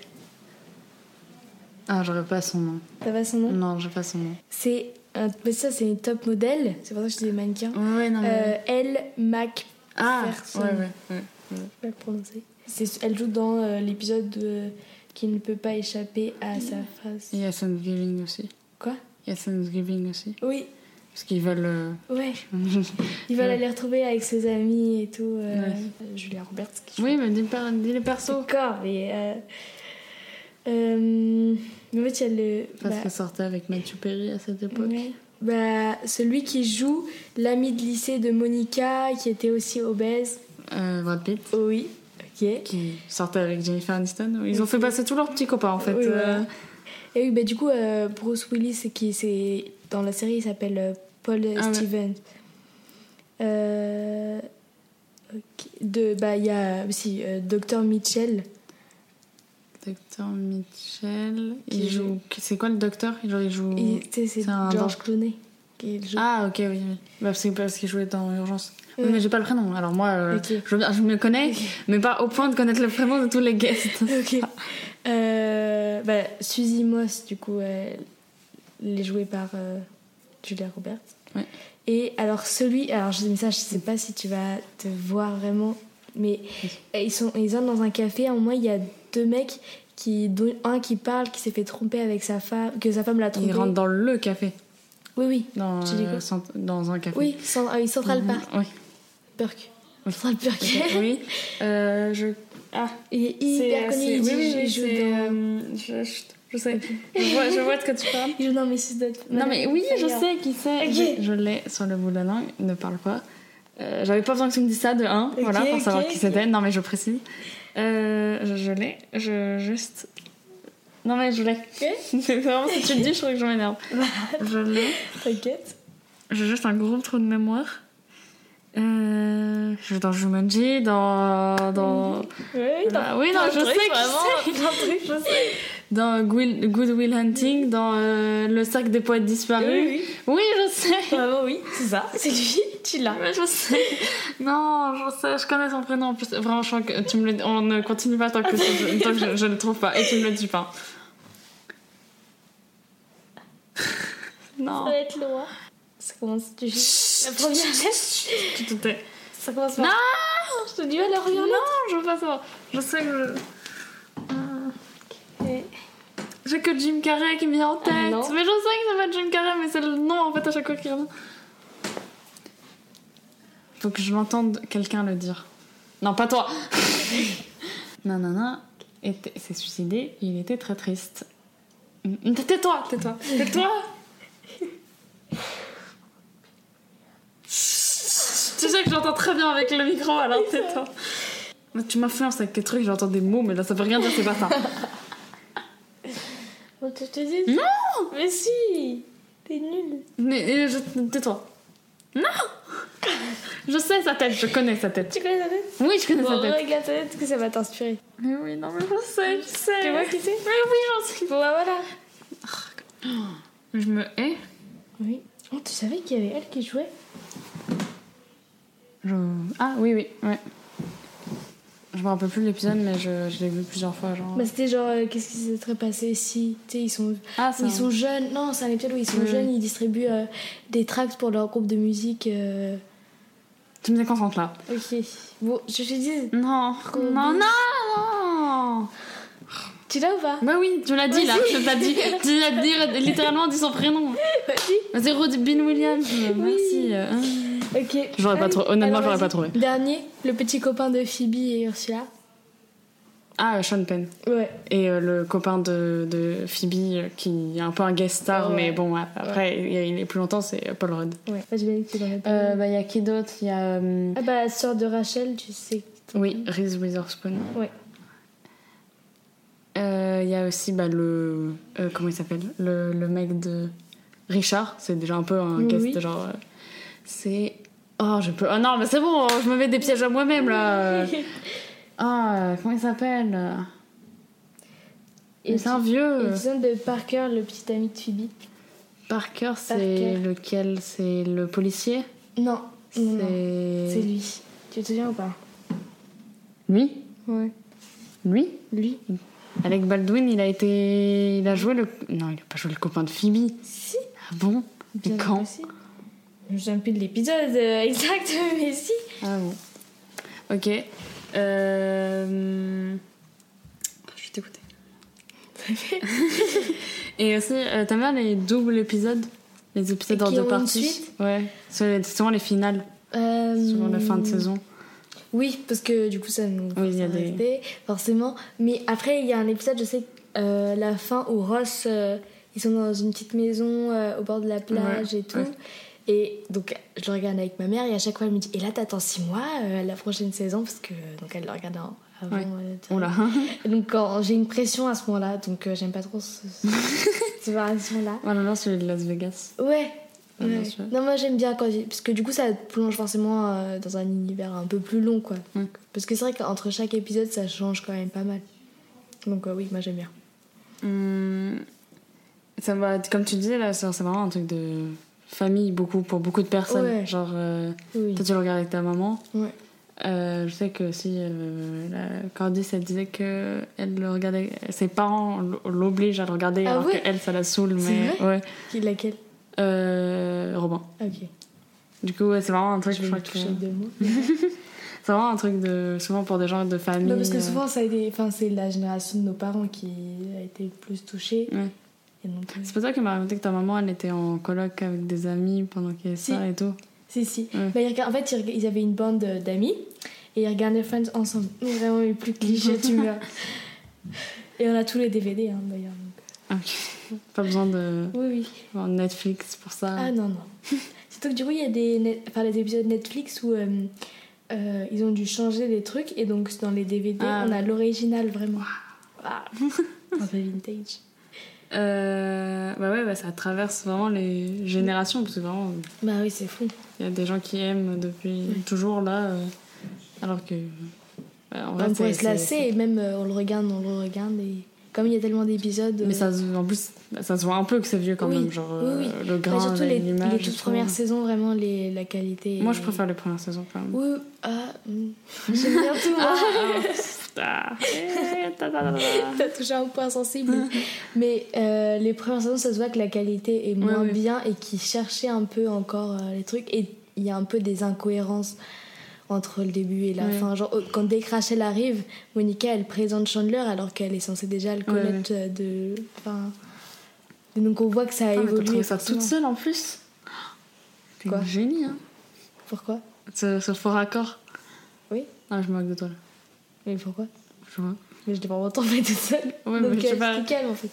Ah, j'aurais pas son nom. T'as pas son nom Non, j'ai pas son nom. C'est un- mais ça c'est une top modèle, c'est pour ça que je dis mannequin. Ouais, ouais, non, Euh, elle Mac, Ah, personne. ouais, ouais, ouais. je peux pas le prononcer. C'est elle joue dans euh, l'épisode de- qui ne peut pas échapper à sa face. Et il y a Thanksgiving aussi. Quoi Il y a Thanksgiving aussi. Oui, Parce qu'ils veulent. euh, ouais. Ils veulent aller retrouver avec ses amis et tout. euh, Ouais. euh, Julia Roberts qui joue. Oui, mais dis, le per- dis les persos. D'accord, mais euh, euh, mais en fait, il y a le Parce bah, qu'elle sortait avec Matthew Perry à cette époque. Ouais. Bah, celui qui joue l'ami de lycée de Monica, qui était aussi obèse. Euh, Brad Pitt. Oui, ok. Qui sortait avec Jennifer Aniston. Ils ont fait passer tous leurs petits copains en fait. Oui, euh, voilà. Et oui, bah, du coup, euh, Bruce Willis, c'est qui c'est dans la série, il s'appelle euh, Paul Ah ouais. Stevens. Euh, ok. De, bah, il y a aussi Dr. Mitchell. Docteur Mitchell. Qui Il joue. C'est quoi le docteur Genre, il joue. Il- tu sais, C'est C'est un George Clooney. qui le joue. Ah, ok, oui. oui. Bah, c'est parce qu'il jouait dans Urgence. Oui, Ouais. mais j'ai pas le prénom. Alors moi, euh, Ok. je, veux bien- je me connais, mais pas au point de connaître le prénom de tous les guests. Ok. Euh, bah, Suzy Moss, du coup, elle, elle est jouée par euh, Julia Roberts. Ouais. Et alors, celui. Alors, je, mais ça, je sais pas si tu vas te voir vraiment, mais euh, ils, sont, ils entrent dans un café. À un moment, il y a deux mecs, qui, dont un qui parle, qui s'est fait tromper avec sa femme, que sa femme l'a trompé. Il rentre dans le café. Oui, oui. Dans, Tu dis quoi euh, cent- dans un café. Oui, Cent- ah oui, Central Park. Oui. Burke. Oui. Central Park. Mhm. oui. Euh, je... Ah, Il est hyper connu. c'est- il Oui, joue- oui, il oui, joue c'est, dans- euh, je, je- je sais. Je vois, je vois de quoi tu parles. Il joue dans Mrs. Dodd- Non, mais oui, je Dodd- sais qui c'est. Ok. Je- Je, l'ai sur le bout de la langue, ne parle pas. Euh, J'avais pas besoin que tu me dises ça de 1, Ok, voilà, pour ok, savoir qui ok. c'était. Non, mais je précise. Euh, je je l'ai, je juste. Non, mais je l'ai. C'est vraiment, si tu le dis, je trouve que je m'énerve. Je l'ai. T'inquiète. J'ai juste un gros trou de mémoire. Euh, je vais dans Jumanji, dans. dans... Ouais, dans- Ah oui, non, dans le je truc, sais qui vraiment. Dans le truc, je sais. Dans Gwil- Good Will Hunting, dans euh, Le sac des poètes disparus. Oui, oui. Oui, je sais. Vraiment, oui, c'est ça. C'est lui, tu l'as. Ouais, je sais. Non, je sais, je connais son prénom en plus. Vraiment, je crois que tu me le... on ne continue pas tant que, je, tant que je, je le trouve pas. Et tu me le dis pas. Ça Non. va être hein. Laura. Ça commence, tu joues. La première lettre. Tu te tais. Ça commence par. Non Je te dis, elle Non, regarde là. je veux pas savoir. Je sais que je. J'ai que Jim Carrey qui me vient en tête. Ah, mais non. je sais que ça va être Jim Carrey, mais c'est le nom en fait à chaque fois qu'il revient. Faut que je l'entende quelqu'un le dire. Non, pas toi Nanana était- s'est suicidé, il était très triste. Mm, Tais-toi, tais-toi, tais-toi Tu sais que j'entends très bien avec le micro, alors tais-toi. Mais Tu m'influences avec tes trucs, j'entends des mots, mais là ça veut rien dire, c'est pas ça. Bon, je te dis. Non Mais si T'es nul. Mais euh, je- tais-toi. Non Je sais sa tête, je connais sa tête. Tu connais sa tête Oui, je connais Bon, sa tête. regarde sa tête, que ça va t'inspirer. Mais oui, non, mais je sais, je sais. Tu vois qui c'est Mais oui, j'en sais. Bon, bah voilà. Je me hais. Oui. Oh, tu savais qu'il y avait elle qui jouait Je... Ah oui, oui, ouais. Je me rappelle plus de l'épisode, mais je, je l'ai vu plusieurs fois. Genre... Bah, c'était genre, euh, qu'est-ce qui se serait passé si. Tu sais, ils sont. Ah, Mm. Où ça. ils sont jeunes, non, c'est un épisode où ils sont Oui, jeunes, ils distribuent euh, des tracts pour leur groupe de musique. euh, Tu me déconcentres là. Ok. Bon, je te dis, Non, non, non, non tu l'as ou pas Bah oui, tu l'as dit là, tu l'as dit, tu l'as dit littéralement dit son prénom. Vas-y. Vas-y, Robin Williams, merci. euh, hein. Ok. J'aurais pas trop trou- honnêtement, j'aurais pas trouvé. Dernier, le petit copain de Phoebe et Ursula. Ah, euh, Sean Penn. Ouais. Et euh, le copain de, de Phoebe, euh, qui est un peu un guest star, Ouais. mais bon, après, il y a- il est plus longtemps, c'est euh, Paul Rudd. Ouais. Bah, j'ai bien dit que tu l'aurais pas. Euh, bah, il y a qui d'autre Il y a. euh, Ah bah, sœur de Rachel, tu sais. Oui, Reese Witherspoon. Ouais. Euh, Il y a aussi bah, le. euh, comment il s'appelle le, le mec de. Richard, c'est déjà un peu un Oui. guest, genre. euh, c'est. Oh, je peux. Oh non, mais c'est bon, je me mets des pièges à moi-même là euh. Ah, euh, comment il s'appelle Et Mais C'est un vieux euh, Et tu sens de Parker, le petit ami de Phoebe. Parker, c'est Parker. lequel C'est le policier Non. Non, non. C'est C'est lui. Tu te souviens ou pas lui Ouais. Lui Lui Alec Baldwin, il a été. Il a joué le. Non, il a pas joué le copain de Phoebe. Si. Ah bon Mais quand aussi. Je me souviens plus de l'épisode euh, exact, mais si. Ah bon. Ok. Euh... Je vais t'écouter. Et aussi, euh, t'aimes bien les doubles épisodes Les épisodes Et en qui deux ont une parties suite Ouais. C'est souvent les finales, Euh, souvent la fin de saison. Mmh. Oui, parce que du coup, ça nous. Oui, il y a ça des- restait, forcément. Mais après, il y a un épisode, je sais, euh, la fin où Ross, euh, ils sont dans une petite maison euh, au bord de la plage et tout. ouais. Et donc, je le regarde avec ma mère et à chaque fois, elle me dit Et là, t'attends 6 mois euh, à la prochaine saison, parce que euh, donc elle le regarde en- avant. Ouais. euh, de- Oh là. Et Donc, quand j'ai une pression à ce moment-là, donc euh, j'aime pas trop ce- ce- cette variation-là. Oh là là, celui de Las Vegas. Ouais. Ah, Ouais. bien sûr. Non, moi j'aime bien quand. il- Parce que du coup, ça te plonge forcément euh, dans un univers un peu plus long, quoi. Ouais. Parce que c'est vrai qu'entre chaque épisode, ça change quand même pas mal. Donc, euh, oui, moi j'aime bien. Hum, Ça va, comme tu disais, là, c'est c'est vraiment un truc de famille beaucoup pour beaucoup de personnes. Ouais. Genre, euh, Oui. toi tu le regardes avec ta maman. Ouais. Euh, je sais que aussi, euh, la Candice, elle disait que elle le regardait, ses parents l- l'obligent à le regarder Ah alors ouais qu'elle, ça la saoule. C'est Mais ouais. Qui laquelle Euh, Robin. Ok. Du coup, ouais, c'est vraiment un truc, je Je vais crois me que toucher de mots. c'est vraiment un truc de souvent pour des gens de famille. Non, parce que euh, souvent, ça a été... enfin, c'est la génération de nos parents qui a été plus touchée. Ouais. Et donc, euh, C'est pour ça que m'a raconté que ta maman, elle était en coloc avec des amis pendant qu'il y avait Si. ça et tout. Si, si. Ouais. Bah, ils regard- En fait, ils, reg- ils avaient une bande euh, d'amis et ils regardaient Friends ensemble. Vraiment, les plus clichés, tu meurs. Et on a tous les DVD, hein, d'ailleurs. donc. Ah, ok. Pas besoin de Oui, oui. voir Netflix pour ça. Ah non, non. Surtout que du coup, il y a des, net- enfin, les épisodes Netflix où euh, euh, ils ont dû changer des trucs et donc dans les DVD, Ah, on a l'original vraiment. Ah. Un peu vintage. Euh, bah ouais, bah ça traverse vraiment les générations parce que vraiment, Bah oui, c'est fou. il y a des gens qui aiment depuis toujours là, euh, alors que. bah, en vrai, on c'est- pourrait se c'est- lasser et même euh, on le regarde, on le regarde et comme il y a tellement d'épisodes. c'est- Mais euh, ça se- en plus, bah, ça se voit un peu que c'est vieux quand Oui, même, genre oui, euh, le Bah, grain, surtout la- les, les l'image. et toutes tout. premières saisons, vraiment les, la qualité. Moi, est- je préfère les premières saisons quand même. Oui, ah, mm. j'aime bien tout. moi. Ah, eh, ta, ta, ta, ta. T'as touché un point sensible. Mais euh, les premières saisons, ça se voit que la qualité est moins ouais. bien et qu'ils cherchaient un peu encore euh, les trucs. Et il y a un peu des incohérences entre le début et la Ouais. fin. Genre, euh, quand Dès Rachel arrive, Monica, elle présente Chandler alors qu'elle est censée déjà le Ouais, ouais. connaître euh, de. Enfin. et Donc on voit que ça a Ah, mais t'as évolué. trouvé ça forcément. toute seule en plus T'es Quoi une génie, hein Pourquoi ce, ce faux raccord. Oui. Ah, je me moque de toi là. Mais pourquoi Je vois. Mais je l'ai pas retrouvé toute seule. Ouais, mais Donc je sais euh, pas. c'était calme en fait.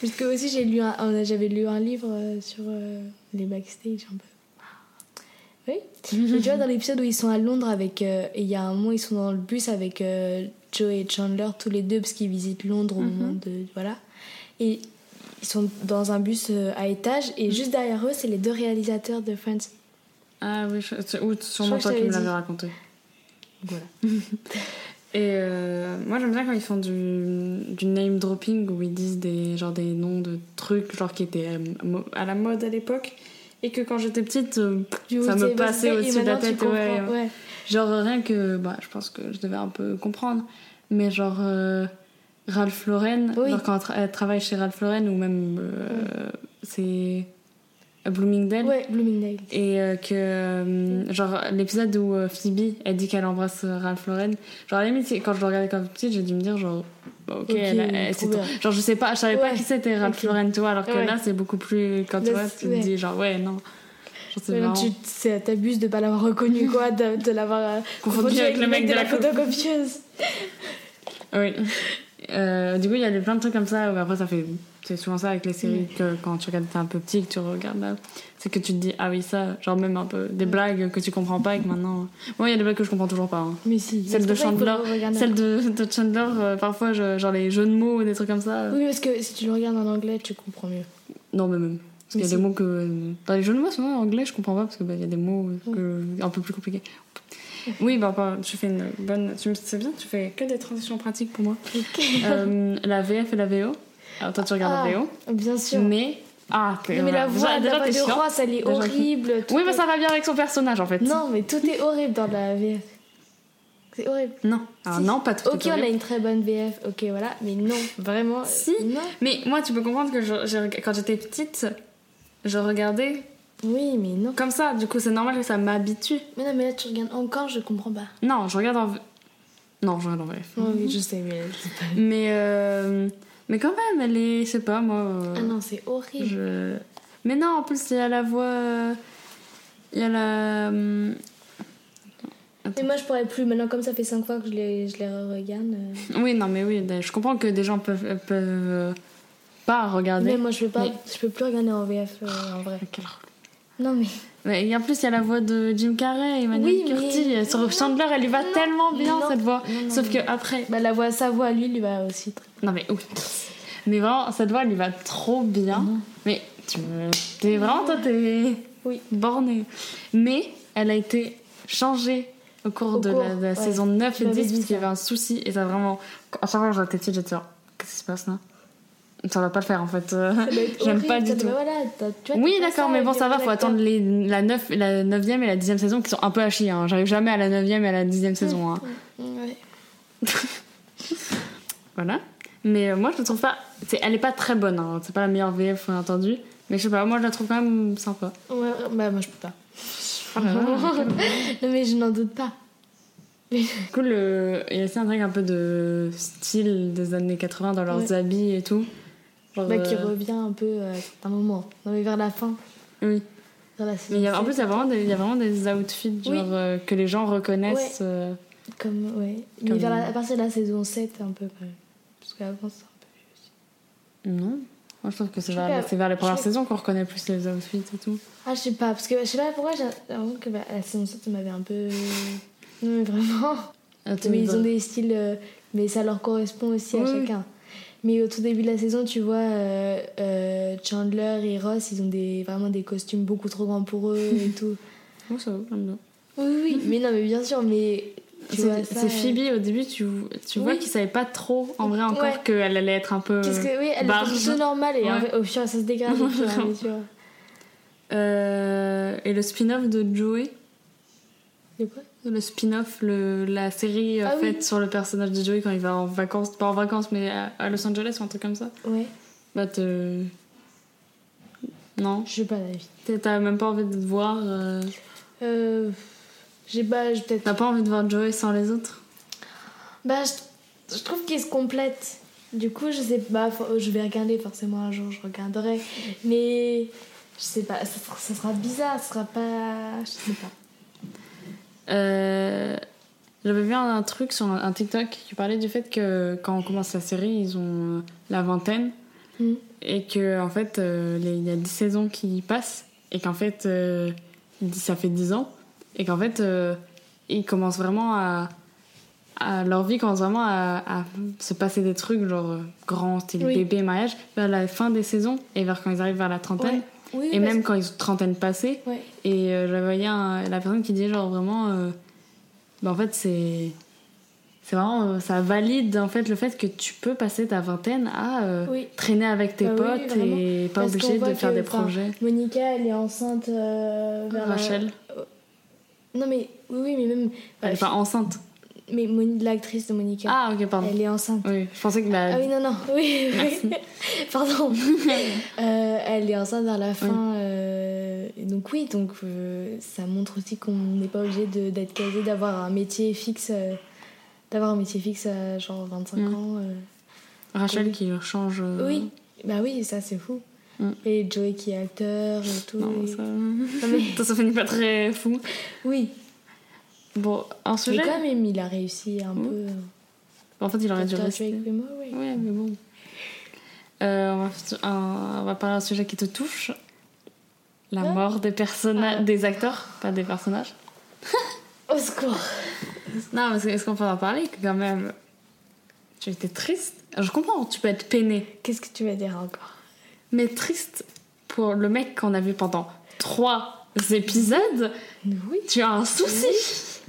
Parce que aussi j'ai lu un- un- j'avais lu un livre euh, sur euh, les backstage un peu. Oui. Et tu vois dans l'épisode où ils sont à Londres avec euh, et il y a un moment ils sont dans le bus avec euh, Joe et Chandler tous les deux parce qu'ils visitent Londres Mhm. au moment de voilà. Et ils sont dans un bus euh, à étage Mhm. et juste derrière eux c'est les deux réalisateurs de Friends. Ah oui, je- c'est- ou Je crois sûrement que toi je qui me t'avais l'avais dit. raconté. Voilà. Et euh, moi j'aime bien quand ils font du, du name dropping où ils disent des, genre des noms de trucs genre qui étaient euh, mo- à la mode à l'époque et que quand j'étais petite euh, Du ça coup, me c'est- passait et au-dessus de la maintenant, tu tête. ouais, comprends, ouais. ouais. Genre rien que bah, je pense que je devais un peu comprendre mais genre euh, Ralph Lauren Oui. genre quand elle, tra- elle travaille chez Ralph Lauren ou même euh, c'est euh, à Bloomingdale Ouais, Bloomingdale. et euh, que euh, genre l'épisode où euh, Phoebe elle dit qu'elle embrasse euh, Ralph Lauren genre à la limite c'est- quand je le regardais quand petite j'ai dû me dire genre bah, ok, Ok, elle, elle- trop c'est bien. tout. genre je sais pas je savais pas Ouais, qui c'était Ralph ok. Lauren tu vois alors que Ouais. là c'est beaucoup plus quand tu Là, vois c'est- tu ouais. te dis genre ouais non genre c'est Ouais, marrant. donc tu c'est- t'abuses de pas l'avoir reconnu quoi, de, de l'avoir euh, Confondu avec le mec de la coupe. photocopieuse. Ah Oui. Euh, du coup, il y a des- plein de trucs comme ça. où Après, ça fait. C'est souvent ça avec les séries Mm. que quand tu regardes, t'es un peu petit, que tu regardes là. C'est que tu te dis, ah oui, ça, genre même un peu Mm. des blagues que tu comprends pas et que maintenant. Moi, il y a des blagues que je comprends toujours pas. hein. Mais si. Celle de c'est pour ça qu'il faut Chandler. le regarder. Celle de, de Chandler, euh, parfois, je- genre les jeux de mots ou des trucs comme ça. euh, Oui, parce que si tu le regardes en anglais, tu comprends mieux. Non, mais même. Parce qu'il y a Mais des si. mots que. euh, Dans les jeux de mots, souvent en anglais, je comprends pas parce qu'il bah, il y a des mots euh, que- un peu plus compliqués. Oui, bah, bah, tu fais une bonne. Tu me sais bien, tu fais que des transitions pratiques pour moi. Euh, la VF et la VO. Alors toi, tu regardes la VO. Bien Ah, sûr. Mais, Mais. Ah, t'es- mais voilà. la voix Déjà- de déjà, la voix t'es de chiant. Ross, elle est Déjà, t'es- horrible. tout Oui, mais est- ça va bien avec son personnage en fait. Non, mais tout est horrible dans la VF. C'est horrible. Non, Alors, Ah, Si. non pas tout. Ok, est on a horrible. une très bonne VF, ok, voilà, mais non, vraiment. Si. Non. Mais moi, tu peux comprendre que je- j'ai- quand j'étais petite, je regardais Oui, mais non. comme ça. Du coup, c'est normal que ça m'habitue. Mais non, mais là, tu regardes encore, je comprends pas. Non, je regarde en. Non, je regarde en VF. Non, oui, je sais, mais. Mais, euh, mais quand même, elle est, je sais pas moi. euh, Ah non, c'est horrible. je- Mais non, en plus, il y a la voix. euh, Il y a la. hum, Mais moi je pourrais plus, maintenant comme ça fait 5 fois que je les, euh, je les regarde. Oui, non, mais oui, je comprends que des gens peuvent, peuvent euh, pas regarder. Mais moi je peux pas, Ah Mais- je peux plus regarder en VF euh, en vrai. Quel horreur. Non mais. Mais et en plus, il y a la voix de Jim Carrey, Emmanuel Oui, mais- Curti. Sur Chandler, elle lui va Non, tellement bien non, cette voix. non, non, Sauf non. que après. Bah la voix, sa voix lui lui va aussi très. Non, mais oui. Mais vraiment, cette voix, elle lui va trop bien. Mais tu me- T'es vraiment, toi, t'es. Oui. bornée. Mais elle a été changée au cours Au de cours, la, de la ouais. saison 9 Tu et m'avais 10 dit parce qu'il y ça. avait un souci et ça vraiment. À chaque fois que j'étais petite, j'étais genre, qu'est-ce qui se passe là ça va pas le faire en fait. Ça doit être J'aime horrible, pas ça du tout. doit- voilà, t'as- tu vois, Oui, t'as pas d'accord, mais bon, avec ça les va, bons faut acteurs. attendre les, la, 9, la 9e et la 10e saison qui sont un peu à chier. hein. J'arrive jamais à la 9e et à la 10e saison. hein. Ouais. Voilà. Mais euh, moi, je la trouve pas. c'est- elle est pas très bonne, hein. c'est pas la meilleure VF, bien entendu. Mais je sais pas, moi, je la trouve quand même sympa. Ouais, bah, moi je peux pas. Oh Ah, là là. non, mais je n'en doute pas. Du coup, le- il y a aussi un truc un peu de style des années 80 dans leurs Ouais. habits et tout. Genre, Bah, qui euh, revient un peu euh, à un moment. Non, mais vers la fin. Oui. Vers la Mais saison il y a- en plus, sept, il y a vraiment des, il y a vraiment des outfits genre, Oui. euh, que les gens reconnaissent. euh, Comme, ouais. Mais Comme- vers la- à partir de la saison 7, un peu. quand même. Parce qu'avant, c'est un peu. Non. Moi, je trouve que c'est Je vers, sais pas. c'est vers les Je premières sais- saisons qu'on reconnaît plus les outfits et tout. Ah, je sais pas, parce que je sais pas pourquoi j'ai l'impression que bah, la saison 7 m'avait un peu. Non, mais vraiment. Mais ils ont des styles, euh, mais ça leur correspond aussi à hein. Oui, oui. chacun. Mais au tout début de la saison, tu vois, euh, euh, Chandler et Ross, ils ont des, vraiment des costumes beaucoup trop grands pour eux et tout. Moi, ça va, j'aime bien. Oui, oui, mais non, mais bien sûr, mais. tu vois C'est ça, c'est euh, Phoebe au début, tu, tu vois Oui. qu'ils savaient pas trop en vrai encore Ouais. qu'elle allait être un peu. Qu'est-ce que. Oui, elle est barge. plutôt normale et en Bah, Ouais. fait, au fur et à mesure, ça se dégrade. au fur et à mesure. Euh, et le spin-off de Joey De quoi Le spin-off, le- la série euh, Ah oui. faite sur le personnage de Joey quand il va en vacances, pas en vacances, mais à, à Los Angeles ou un truc comme ça. Ouais, Bah, te. Non. je sais pas la vie. T'as- T'as même pas envie de voir. euh, Euh. J'ai pas, j'ai peut-être. T'as pas envie de voir Joey sans les autres Bah, je, je trouve qu'ils se complètent. Du coup, je sais pas, faut- je vais regarder forcément un jour, je regarderai. Mais je sais pas, ça, sera- ça sera bizarre, ça sera pas. Je sais pas. Euh, J'avais vu un, un truc sur un, un TikTok qui parlait du fait que quand on commence la série, ils ont euh, la vingtaine Mm. et que en fait euh, les- il y a 10 saisons qui passent et qu'en fait euh, ça fait 10 ans et qu'en fait euh, ils commencent vraiment à, à- leur vie commence vraiment à, à se passer des trucs genre euh, grand style Oui. bébé mariage vers la fin des saisons et vers quand ils arrivent vers la trentaine Ouais. Oui, et même quand ils ont trentaine passée Ouais. et euh, je la voyais un- la personne qui disait genre vraiment, euh, bah, en fait c'est c'est vraiment euh, ça valide en fait le fait que tu peux passer ta vingtaine à euh, Oui. traîner avec tes Bah oui, potes vraiment. et pas Parce qu'on obligé voit de faire que, des enfin, projets. Monica, elle est enceinte euh, vers la- Rachel, Non, mais oui, oui, mais même. elle est pas enceinte. Mais Moni- l'actrice de Monica, Ah ok pardon. elle est enceinte. Oui, je pensais que la- Ah oui, non, non, oui, oui. Pardon. Euh, elle est enceinte vers la fin. euh, et donc, oui, donc euh, ça montre aussi qu'on n'est pas obligé de- d'être casé, d'avoir un métier fixe. euh, d'avoir un métier fixe à genre 25 Mm. ans. euh. Rachel qui change. euh, Oui, bah oui, ça c'est fou. Mm. Et Joey qui est acteur et tout. Non, et- ça... Non, mais- ça, ça finit pas très fou. Oui, Bon, un mais sujet. quand même, il a réussi un peu. euh, En fait, il aurait Mm. dû Dr. rester. Drake Bemore, oui. Ouais, mais bon. Euh, on, va, f- un- on va parler d'un sujet qui te touche. La Ah. mort des personnages, Ah. des acteurs, pas des personnages. Au secours! Non, mais c'est- est-ce qu'on peut en parler que quand même Tu étais triste. Je comprends, tu peux être peiné, Qu'est-ce que tu vas dire encore? mais triste pour le mec qu'on a vu pendant trois épisodes. Oui. Tu as un souci.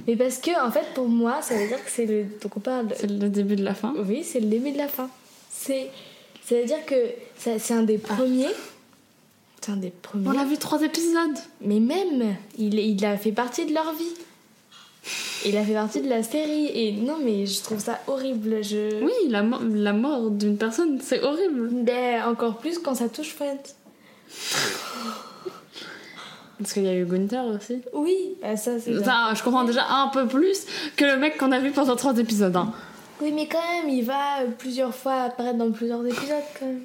Mais parce que, en fait, pour moi, ça veut dire que c'est le. Donc, on parle. C'est le début de la fin. Oui, c'est le début de la fin. C'est. C'est-à-dire que ça- c'est un des premiers. C'est un des premiers. On l'a vu trois épisodes. Mais même, il, il a fait partie de leur vie. Il a fait partie de la série. Et non, mais je trouve ça horrible. Je... Oui, la, mo- la mort d'une personne, c'est horrible. Mais encore plus quand ça touche Friends. Parce qu'il y a eu Gunther aussi. Oui, bah ça c'est. Ça, je comprends déjà un peu plus que le mec qu'on a vu pendant trois épisodes. hein. Oui, mais quand même, il va euh, plusieurs fois apparaître dans plusieurs épisodes quand même.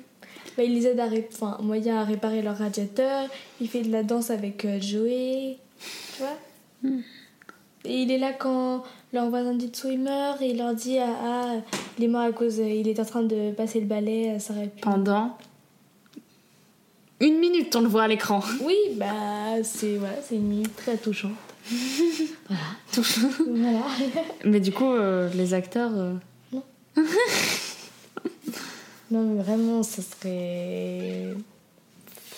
Bah, il les aide à, ré- enfin, moyen à réparer leur radiateur, il fait de la danse avec euh, Joey, tu vois. Et il est là quand leur voisin du dessous il meurt et il leur dit ah, ah, il est mort à cause, euh, il est en train de passer le balai, euh, ça aurait pu. Pendant une minute, on le voit à l'écran. Oui, bah c'est voilà, c'est une minute très touchante. Touche. voilà. Mais du coup, euh, les acteurs. euh, Non, mais vraiment, ça serait.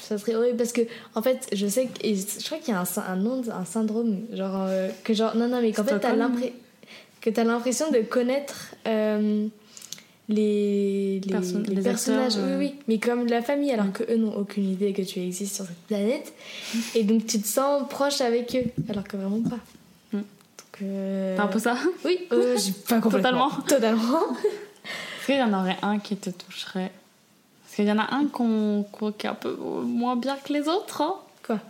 Ça serait horrible parce que, en fait, je sais que. et je crois qu'il y a un, sy- un nom, de- un syndrome. Genre, euh, que genre. Non, non, mais qu'en fait, t'as Stockholm. l'impression. Que t'as l'impression de connaître. euh, les, les, Perso- les les personnages, acteurs, euh. Mm. oui, oui, mais comme la famille, alors que eux n'ont aucune idée que tu existes sur cette planète. et donc tu te sens proche avec eux, alors que vraiment pas. Mm. Donc, euh, T'as un peu ça Oui, euh, j'ai pas complètement. Totalement. Est-ce qu'il y en aurait un qui te toucherait Parce qu'il y en a un qu'on qu'on- qui est un peu moins bien que les autres. hein. Quoi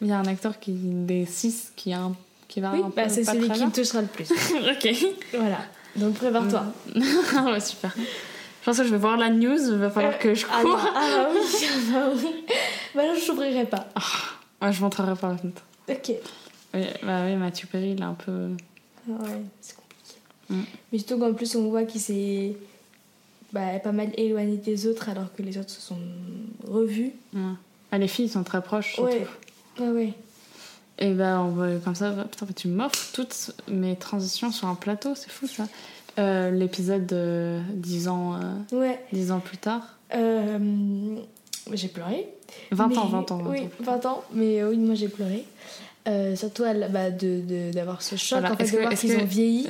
Il y a un acteur qui, des six qui, a un- qui va Oui, un peu bah, c'est pas celui très qui bien. me touchera le plus. ok. voilà. Donc prépare-toi. Ah ouais, super. Euh, Je pense que je vais voir la news, il va falloir que je Ah, non. cours. ah bah oui, ah bah oui. Bah alors je n'oublierai pas. Ah, je montrerai par la fenêtre. Ok. Oui, bah oui, Mathieu Perry, il est un peu. Ah Ouais, c'est compliqué. Mm. Mais surtout qu'en plus, on voit qu'il s'est bah, pas mal éloigné des autres alors que les autres se sont revus. Ouais. Ah, les filles sont très proches. surtout. Ouais, ouais, ouais. Et bah, on va comme ça. Putain, mais tu m'offres toutes mes transitions sur un plateau, c'est fou ça. Euh, L'épisode de 10 ans, euh, Ouais. 10 ans plus tard. Euh, J'ai pleuré. 20 Mais- ans, 20 ans, 20 Oui, ans. 20 ans. Mais euh, oui, moi j'ai pleuré. Euh, surtout à la- bah, de- de- d'avoir ce choc, Voilà, en fait, est-ce de que- voir est-ce qu'ils que- ont vieilli.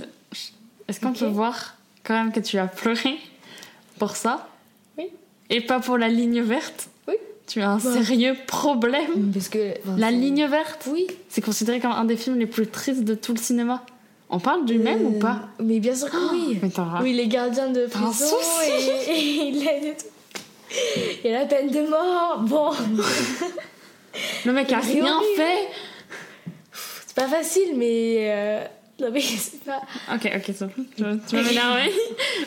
Est-ce qu'on Ok. peut voir quand même que tu as pleuré pour ça Oui. Et pas pour la ligne verte Oui. Tu as un Bah. sérieux problème Parce que, enfin, La c'est- ligne verte, Oui. c'est considéré comme un des films les plus tristes de tout le cinéma. On parle du même ou Euh, pas Oh, Mais bien sûr que oui. Mais t'as Oui, les gardiens de T'as un prison souci. et, et l'aide et tout. Et la peine de mort. Bon, le mec a c'est rien horrible. fait. c'est pas facile, mais. euh, Non, mais c'est pas. Ok, ok, ça. Tu vas tu vas m'énerver.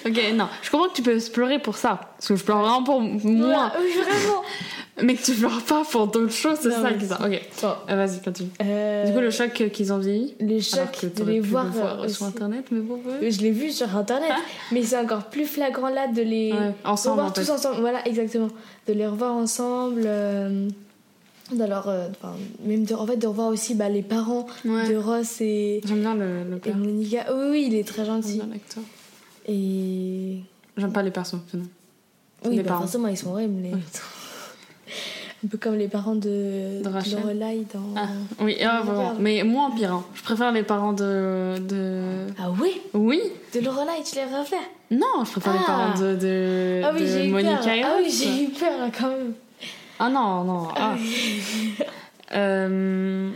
ok, non, je comprends que tu peux se pleurer pour ça, parce que je pleure vraiment pour moi, Voilà, Oui, vraiment. mais que tu pleures pas pour d'autres choses, c'est Non, ça mais qui est ça. Ok, Euh, vas-y continue. Euh, Du coup, le choc euh, qu'ils ont vieilli. le Alors choc que de t'aurais les pu voir. le voir euh, sur aussi. internet, mais bon. ouais. Je l'ai vu sur internet, mais c'est encore plus flagrant là de les Ouais, ensemble, revoir en fait. tous ensemble. Voilà, exactement. De les revoir ensemble. euh, dans leur, euh, enfin, même de, en fait de revoir aussi bah, les parents Ouais. de Ross et, J'aime bien le, le père. et Monica. Oui, oui, il est très J'aime gentil. bien l'acteur. Et J'aime pas les persos. finalement. Oui, Des bah, parents. forcément, ils sont horribles. Les... Un peu comme les parents de, De Rachel. Lorelai dans. Ah, oui, ah, Regarde. vraiment. Mais moins pire. hein. Je préfère les parents de. de... Ah ouais Oui De Lorelai, tu les refaire Non, je préfère les Ah. parents de, de, Ah oui, Euh, de j'ai eu peur. Monica et Ah oui, Ross. j'ai eu peur là, quand même. Ah non, non. Ah. euh...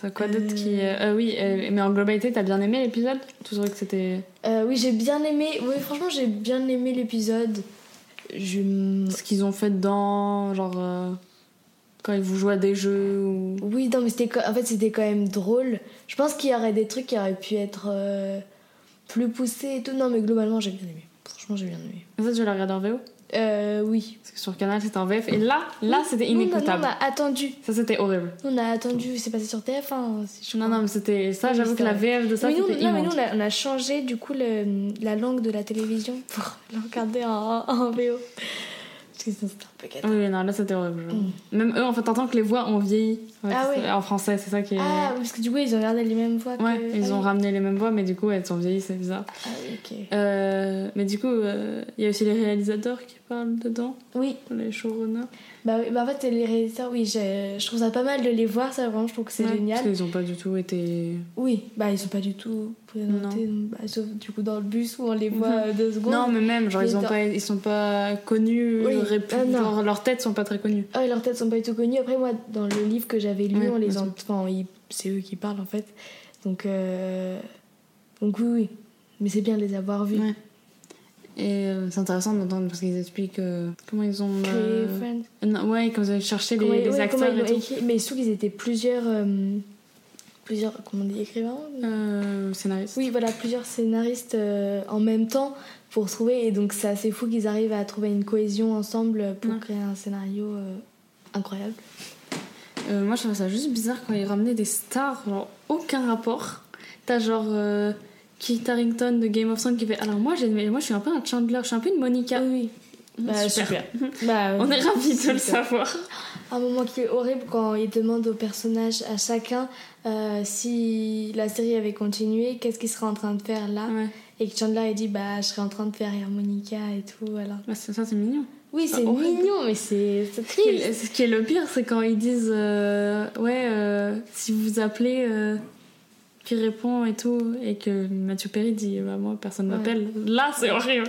T'as quoi d'autre qui. euh, oui, euh, mais en globalité, t'as bien aimé l'épisode Tu trouvais que c'était. Euh, oui, j'ai bien aimé. Oui, franchement, j'ai bien aimé l'épisode. Je. m- Ce qu'ils ont fait dedans, genre. euh, Quand ils vous jouent à des jeux ou. Oui, non, mais c'était. co- En fait, c'était quand même drôle. Je pense qu'il y aurait des trucs qui auraient pu être euh, plus poussés et tout. Non, mais globalement, j'ai bien aimé. Franchement, j'ai bien aimé. Ça, tu l'as regardé en VO Euh, oui. Parce que sur Canal, c'était en VF. Et là, Mmh. là, c'était Nous, on a- nous, inécoutable. on a attendu. Ça, c'était horrible. Nous, On a attendu. C'est passé sur TF1. si je Non, crois. non, mais c'était ça, Oui, j'avoue c'est que la vrai. VF de ça, mais nous, c'était non, mais nous, immonde. on a, on a changé du coup le- la langue de la télévision pour la regarder en, en VO. Parce que sinon, c'était un peu gâteau. Oui, non, là, c'était horrible. genre. Même eux, en fait, t'entends que les voix ont vieilli. Ouais, Mm. Ah c'est- ouais. En français, c'est ça qui est. Ah, oui, parce que du coup, ils ont regardé les mêmes voix. que- ouais, ils ah ont oui. ramené les mêmes voix, mais du coup, elles sont vieillies, c'est bizarre. Ah oui, ok. Euh, mais du coup, euh, il y a aussi les réalisateurs qui parlent dedans, Oui, les showrunners. bah, oui, bah en fait, les réalisateurs, oui, j'ai- je, trouve ça pas mal de les voir, ça vraiment, je trouve que c'est Ouais, Parce génial. qu'ils ont pas du tout été. Oui, bah ils sont pas du tout présentés, bah, sauf du coup dans le bus où on les voit Mhm. euh, deux secondes. Non, mais même, genre, Mais ils, ont dans- pas, ils sont pas connus, Oui. répu- Ah, non. genre, leurs têtes sont pas très connues. Ah, et leurs têtes sont pas du tout connues. Après, moi, dans le livre que j'avais lu, Ouais, on les bien entend. Enfin, ils- c'est eux qui parlent en fait. Donc, euh, donc oui, oui. Mais c'est bien de les avoir vus. Ouais. Et euh, c'est intéressant d'entendre parce qu'ils expliquent euh, comment ils ont. Créer euh, Friends. non, ouais, comment ils ont cherché les, euh, Comment ils- les ouais, comment acteurs ils et l'ont tout. écrit. Mais surtout qu'ils étaient plusieurs. euh, plusieurs. Comment on dit Écrivains Euh, scénariste. Oui, voilà, plusieurs scénaristes euh, en même temps pour trouver. Et donc, c'est assez fou qu'ils arrivent à trouver une cohésion ensemble pour Ouais. créer un scénario euh, incroyable. Euh, moi, je trouvais ça juste bizarre quand ils ramenaient des stars, genre aucun rapport. T'as genre euh, Kit Harington de Game of Thrones qui fait. Alors moi, j'ai, moi, je suis un peu un Chandler, je suis un peu une Monica. Oui, oui. Bah, Super. super. Bah, On est ravis de le Super. savoir. Un moment qui est horrible quand il demande aux personnages, à chacun, euh, si la série avait continué, qu'est-ce qu'il serait en train de faire là Ouais. Et que Chandler il dit bah je serais en train de faire Harmonica et tout alors. Bah, c'est- ça, c'est mignon. Oui Ah, c'est horrible. mignon mais c'est c'est Ce qui, est, triste. ce qui est le pire, c'est quand ils disent euh, Ouais, euh, si vous vous appelez. euh, qui répond et tout, et que Mathieu Perry dit bah, Moi, personne ne Ouais. m'appelle. Là, c'est horrible.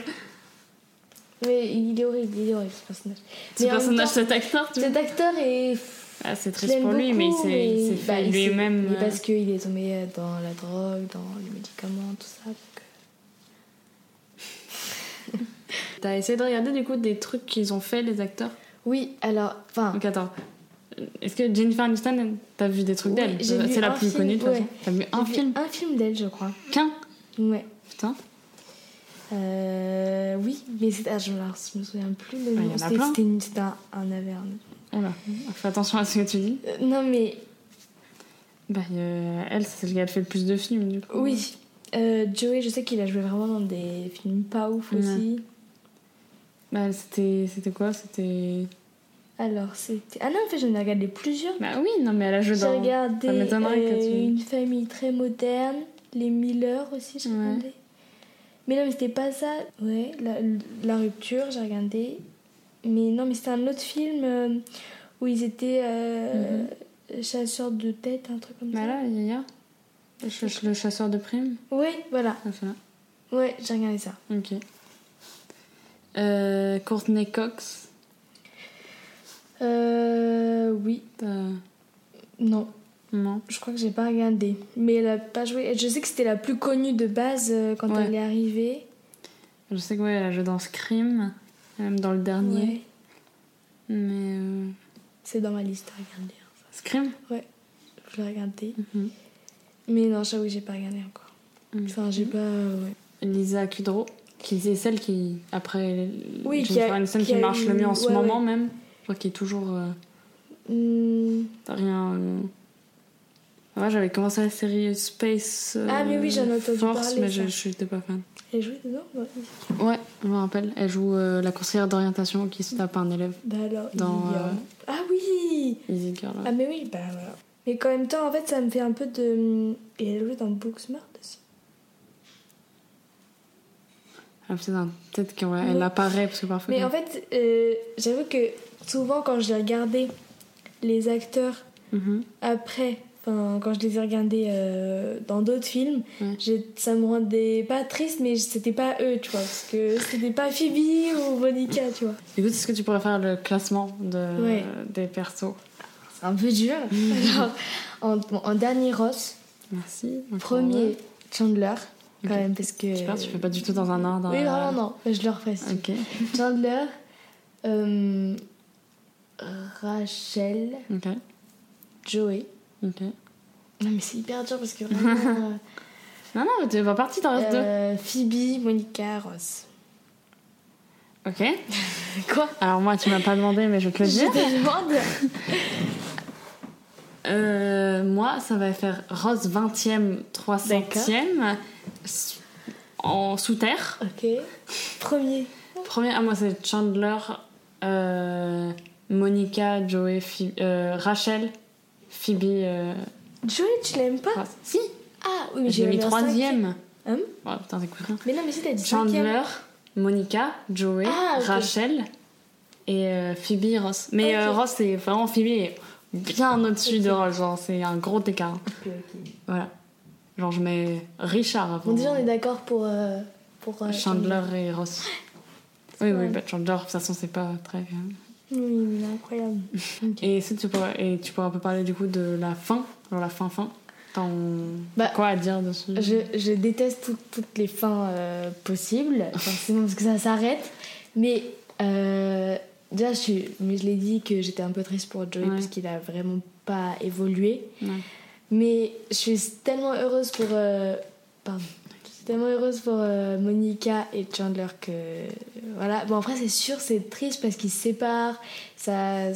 Mais il est horrible, il est horrible ce personnage. Ce Mais en même personnage, temps, cet acteur, tu vois. cet acteur est. Ah, c'est Je triste l'aime pour beaucoup, lui, mais il s'est- il s'est bah, fait il s'est- lui-même. mais euh, Parce qu'il est tombé dans la drogue, dans les médicaments, tout ça. donc, euh. T'as essayé de regarder du coup des trucs qu'ils ont fait les acteurs Oui, alors, enfin, Donc attends, est-ce que Jennifer Aniston, t'as vu des trucs Oui, d'elle j'ai vu C'est la un plus film, connue de toute façon. ouais. T'as vu un j'ai vu film Un film d'elle, je crois. Qu'un Ouais. Putain, Euh, oui, mais c'est. Ah, je, alors, je me souviens plus le Bah, il y en nom. a C'était- plein. C'était une- c'était un, un averne. voilà. Fais attention à ce que tu dis. Euh, non, mais Bah, euh, elle, c'est celle qui a fait le plus de films du coup. oui. Euh, Joey, je sais qu'il a joué vraiment dans des films pas ouf Ouais. aussi. Bah, c'était c'était quoi C'était. Alors, c'était. Ah non, en fait, j'en ai regardé plusieurs. Bah oui, non, mais elle a joué J'ai dans. regardé ça m'étonnerait que euh, tu- une famille très moderne, les Miller aussi, j'ai Ouais. regardé. Mais non, mais c'était pas ça. Ouais, la, la rupture, j'ai regardé. Mais non, mais c'était un autre film euh, où ils étaient euh, chasseurs de tête, un truc comme Mhm. Bah là, Yaya. Le ch- le chasseur de primes. ça. Ouais, voilà. Ah, c'est là. Ouais, j'ai regardé ça. Ok. Euh, Courtney Cox. Euh, oui, t'as- non. Non. Je crois que j'ai pas regardé. Mais elle a pas joué. Je sais que c'était la plus connue de base euh, quand Ouais. elle est arrivée. Je sais que ouais, elle a joué dans Scream, même dans le dernier. Ouais. Mais. euh, C'est dans ma liste à regarder. hein. Scream Je l'ai regardé. Mhm. Mais non, j'avoue, que j'ai pas regardé encore. Mhm. Enfin, j'ai pas. euh, ouais. Lisa Kudrow, qui c'est celle qui, après Oui, qui Jennifer a- Aniston, qui qui, a marche eu- le mieux en ce ouais, moment ouais. même, je crois qu'il est toujours euh, Hmm. rien. euh. Ouais, j'avais commencé la série Space euh, Ah, mais oui, j'en ai entendu Force, parler, mais ça. je j'étais pas fan. Elle jouait dedans ouais. Ouais, je me rappelle, elle joue euh, la conseillère d'orientation qui se tape un élève, Bah alors, Dans, il y a- euh, Ah oui Easy Girl. ouais. Ah, mais oui, bah voilà. Mais en même temps, en fait, ça me fait un peu de. hmm, Et elle jouait dans Booksmart aussi. Ah, peut-être un- peut-être qu'elle ouais, elle Oui. apparaît, parce que parfois. Mais en fait, euh, j'avoue que souvent, quand je les regardais, les acteurs, Mhm. après. Enfin, quand je les ai regardés euh, dans d'autres films, Ouais. j'ai- ça me rendait pas triste, mais c'était pas eux, tu vois, parce que c'était pas Phoebe ou Monica, tu vois. Du coup, est-ce que tu pourrais faire le classement de, Ouais. des persos C'est un peu dur. Mhm. Alors, en, bon, en dernier Ross, Merci. encore heureux. premier Chandler, quand Ok. même, parce que. Super, tu fais pas du tout dans un ordre. Oui, euh, vraiment, non, je le refais. si tu Ok. veux. Chandler, euh, Rachel, Ok. Joey. Ok. Non, mais c'est hyper dur parce que vraiment. Non, non, mais t'es pas parti, t'en restes deux. euh, Phoebe, Monica, Ross. Ok. Quoi Alors, moi, tu m'as pas demandé, mais je vais te le Je dire. te demande. Euh, moi, ça va faire Rose 20e, 300e. s- En sous-terre. Ok. Premier. Premier, ah, moi, c'est Chandler, euh, Monica, Joey, Phoe- euh, Rachel, Phoebe. euh, Joey, tu l'aimes pas Ross. Si, Ah, oui, mais Ah. j'ai mis mis en cinquième. troisième. Hum Oh, putain, t'écoutes rien. Mais non, mais si t'as dit cinquième. Chandler, Monica, Joey, Ah, ok. Rachel et euh, Phoebe Ross. Mais Ok. euh, Ross, c'est vraiment Phoebe est bien au-dessus de Ross. Genre, c'est un gros écart. Voilà. Genre, je mets Richard avant Bon, déjà, on est d'accord pour. euh, pour euh, Chandler et Ross. Oui, oui, mal. bah, Chandler, de toute façon, c'est pas très. Oui, il est incroyable. Mm. Et, si tu pourrais, et tu pourrais un peu parler du coup de la fin, genre la fin-fin. T'as Bah, quoi à dire dessus Je, je déteste tout- toutes les fins euh, possibles, forcément parce que ça s'arrête. Mais euh, déjà, je, suis, mais je l'ai dit que j'étais un peu triste pour Joey Ouais. parce qu'il a vraiment pas évolué. Ouais. Mais je suis tellement heureuse pour. euh, pardon. Je suis tellement heureuse pour euh, Monica et Chandler que. Voilà. Bon, après, c'est sûr, c'est triste parce qu'ils se séparent. Ça.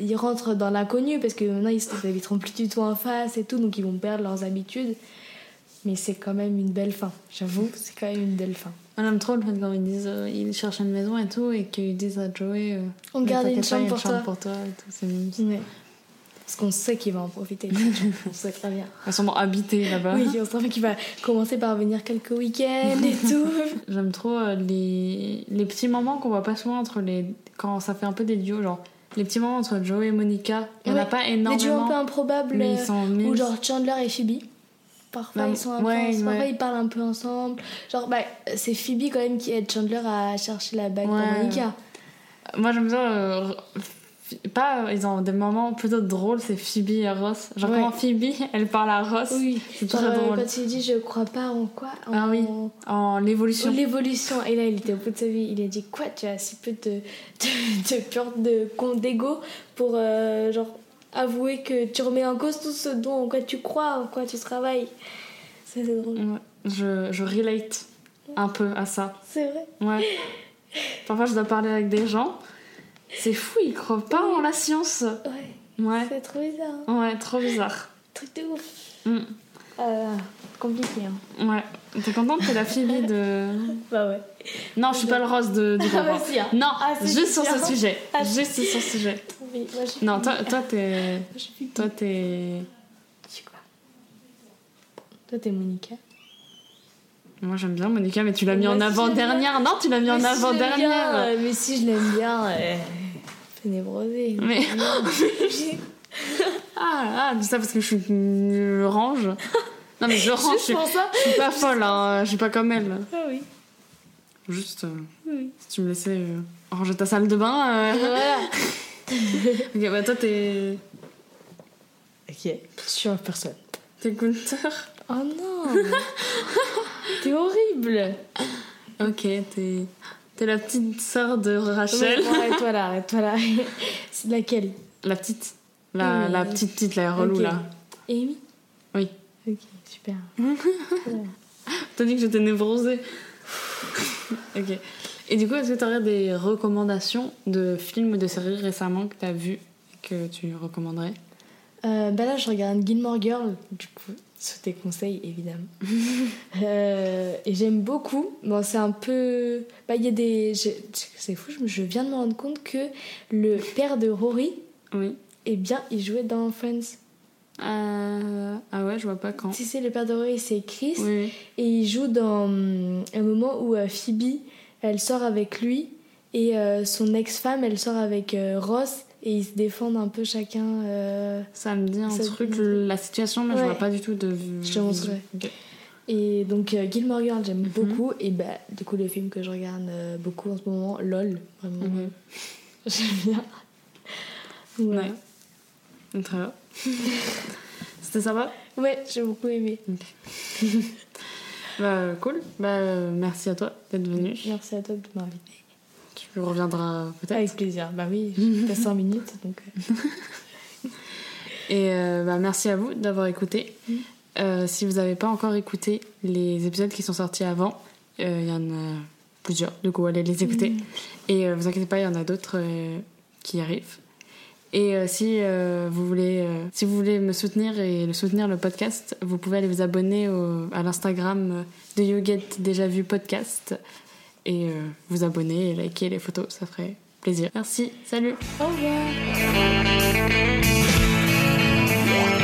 Ils rentrent dans l'inconnu parce que maintenant ils s'habiteront plus du tout en face et tout, donc ils vont perdre leurs habitudes. Mais c'est quand même une belle fin, j'avoue, c'est quand même une belle fin. On aime trop le fait quand ils disent euh, ils cherchent une maison et tout, et qu'ils disent à Joey euh, On Mais garde une t'inquiète pas, chambre il y a pour toi. et tout, c'est mignon. Ouais. Parce qu'on sait qu'il va en profiter, on sait très bien. Elles sont habitées là-bas. Oui, on sait qu'il va commencer par venir quelques week-ends et tout. J'aime trop euh, les... les petits moments qu'on voit pas souvent entre les. quand ça fait un peu des duos, genre les petits moments entre Joey et Monica. Il y en a Ouais, pas Des duos un peu énormément. improbables, mais ils euh, sont ou mille. genre Chandler et Phoebe. Parfois, Non, ils sont ouais, intenses, ouais. parfois, ils parlent un peu ensemble. Genre, bah, c'est Phoebe quand même qui aide Chandler à chercher la bague Ouais. de Monica. Moi, j'aime bien. euh, f- pas, euh, ils ont des moments plutôt drôles, c'est Phoebe et Ross. Genre, Ouais. comment Phoebe, elle parle à Ross. Oui, c'est Genre, très euh, drôle. quand il dit je crois pas en quoi en... Ah oui, en l'évolution. L'évolution. Et là, il était au bout de sa vie. Il a dit quoi Tu as si peu de, de, de pure de con d'ego pour euh, genre avouer que tu remets en cause tout ce dont en quoi tu crois, en quoi tu travailles. Ça c'est drôle. Ouais, je, je relate un peu à ça. C'est vrai. Ouais. Parfois, je dois parler avec des gens. C'est fou, ils croient pas en la science. Ouais. Ouais. C'est trop bizarre. hein. Ouais, trop bizarre. Truc de ouf. Mm. Euh, compliqué. Hein. Ouais. T'es contente que la Phoebe de. Bah ouais. Non, je suis pas le rose de, du Ah, roman. bah si, hein. Non, Ah, si, juste si, sur si, ce hein. sujet. Ah, si. Juste sur ce sujet. Oui, moi, j'ai Non, fini. toi, toi, t'es. J'ai fini. Toi, t'es. Je suis quoi Toi t'es Monica. Moi, j'aime bien Monica, mais tu l'as mis Moi en aussi, avant-dernière. Non, tu l'as mis en Mais si je l'aime avant-dernière. bien, euh, mais si je l'aime bien, euh, ténébrosée. Mais. ah, ah, tout ça parce que je, suis- je range. Non, mais je range. je, suis, pour ça. je suis pas folle, hein, je suis pas comme elle. Ah oui. Juste. euh, Si tu me laissais euh, ranger ta salle de bain. euh, ok, bah toi, t'es. Ok, je suis en personne. T'es Gunther. Oh non T'es horrible Ok, t'es. T'es la petite sœur de Rachel. Bon, Arrête-toi là, arrête-toi là. C'est de laquelle La petite. La, Oui. la petite petite, la relou Ok. là. Amy Oui. Ok, super. T'as dit que j'étais névrosée. ok. Et du coup, est-ce que t'aurais des recommandations de films ou de séries récemment que t'as vu et que tu recommanderais Euh, bah là, je regarde Gilmore Girl, du coup, sous tes conseils, évidemment. Euh, et j'aime beaucoup. Bon, c'est un peu. Bah, il y a des. je- C'est fou, je me- je viens de me rendre compte que le père de Rory, Oui. eh bien, il jouait dans Friends. Euh, Ah ouais, je vois pas quand. Si c'est le père de Rory, c'est Chris. Oui, oui. Et il joue dans hum, un moment où euh, Phoebe, elle sort avec lui et euh, son ex-femme, elle sort avec euh, Ross et ils se défendent un peu chacun. euh, Ça me dit un Ça- truc, la situation, mais je Ouais. vois pas du tout de. Je te montrerai. Ok. Et donc euh, Gilmore Girl, j'aime beaucoup et bah du coup le film que je regarde euh, beaucoup en ce moment, LOL, vraiment. Mhm. euh, J'aime bien. Voilà. Ouais. Très bien. C'était sympa Ouais, j'ai beaucoup aimé. Bah, cool. Bah, euh, merci à toi d'être venu. Merci à toi de m'inviter. Tu reviendras peut-être. Avec plaisir. Bah oui, j'ai 5 minutes donc. euh, Et euh, bah, merci à vous d'avoir écouté. Euh, si vous n'avez pas encore écouté les épisodes qui sont sortis avant, euh, il y en a plusieurs, du coup allez les écouter. Et euh, vous inquiétez pas, il y en a d'autres euh, qui arrivent. Et euh, si, euh, vous voulez, euh, si vous voulez me soutenir et le soutenir le podcast, vous pouvez aller vous abonner au- à l'Instagram de You Get Déjà Vu Podcast et euh, vous abonner et liker les photos, ça ferait plaisir. Merci, salut Au revoir. Thank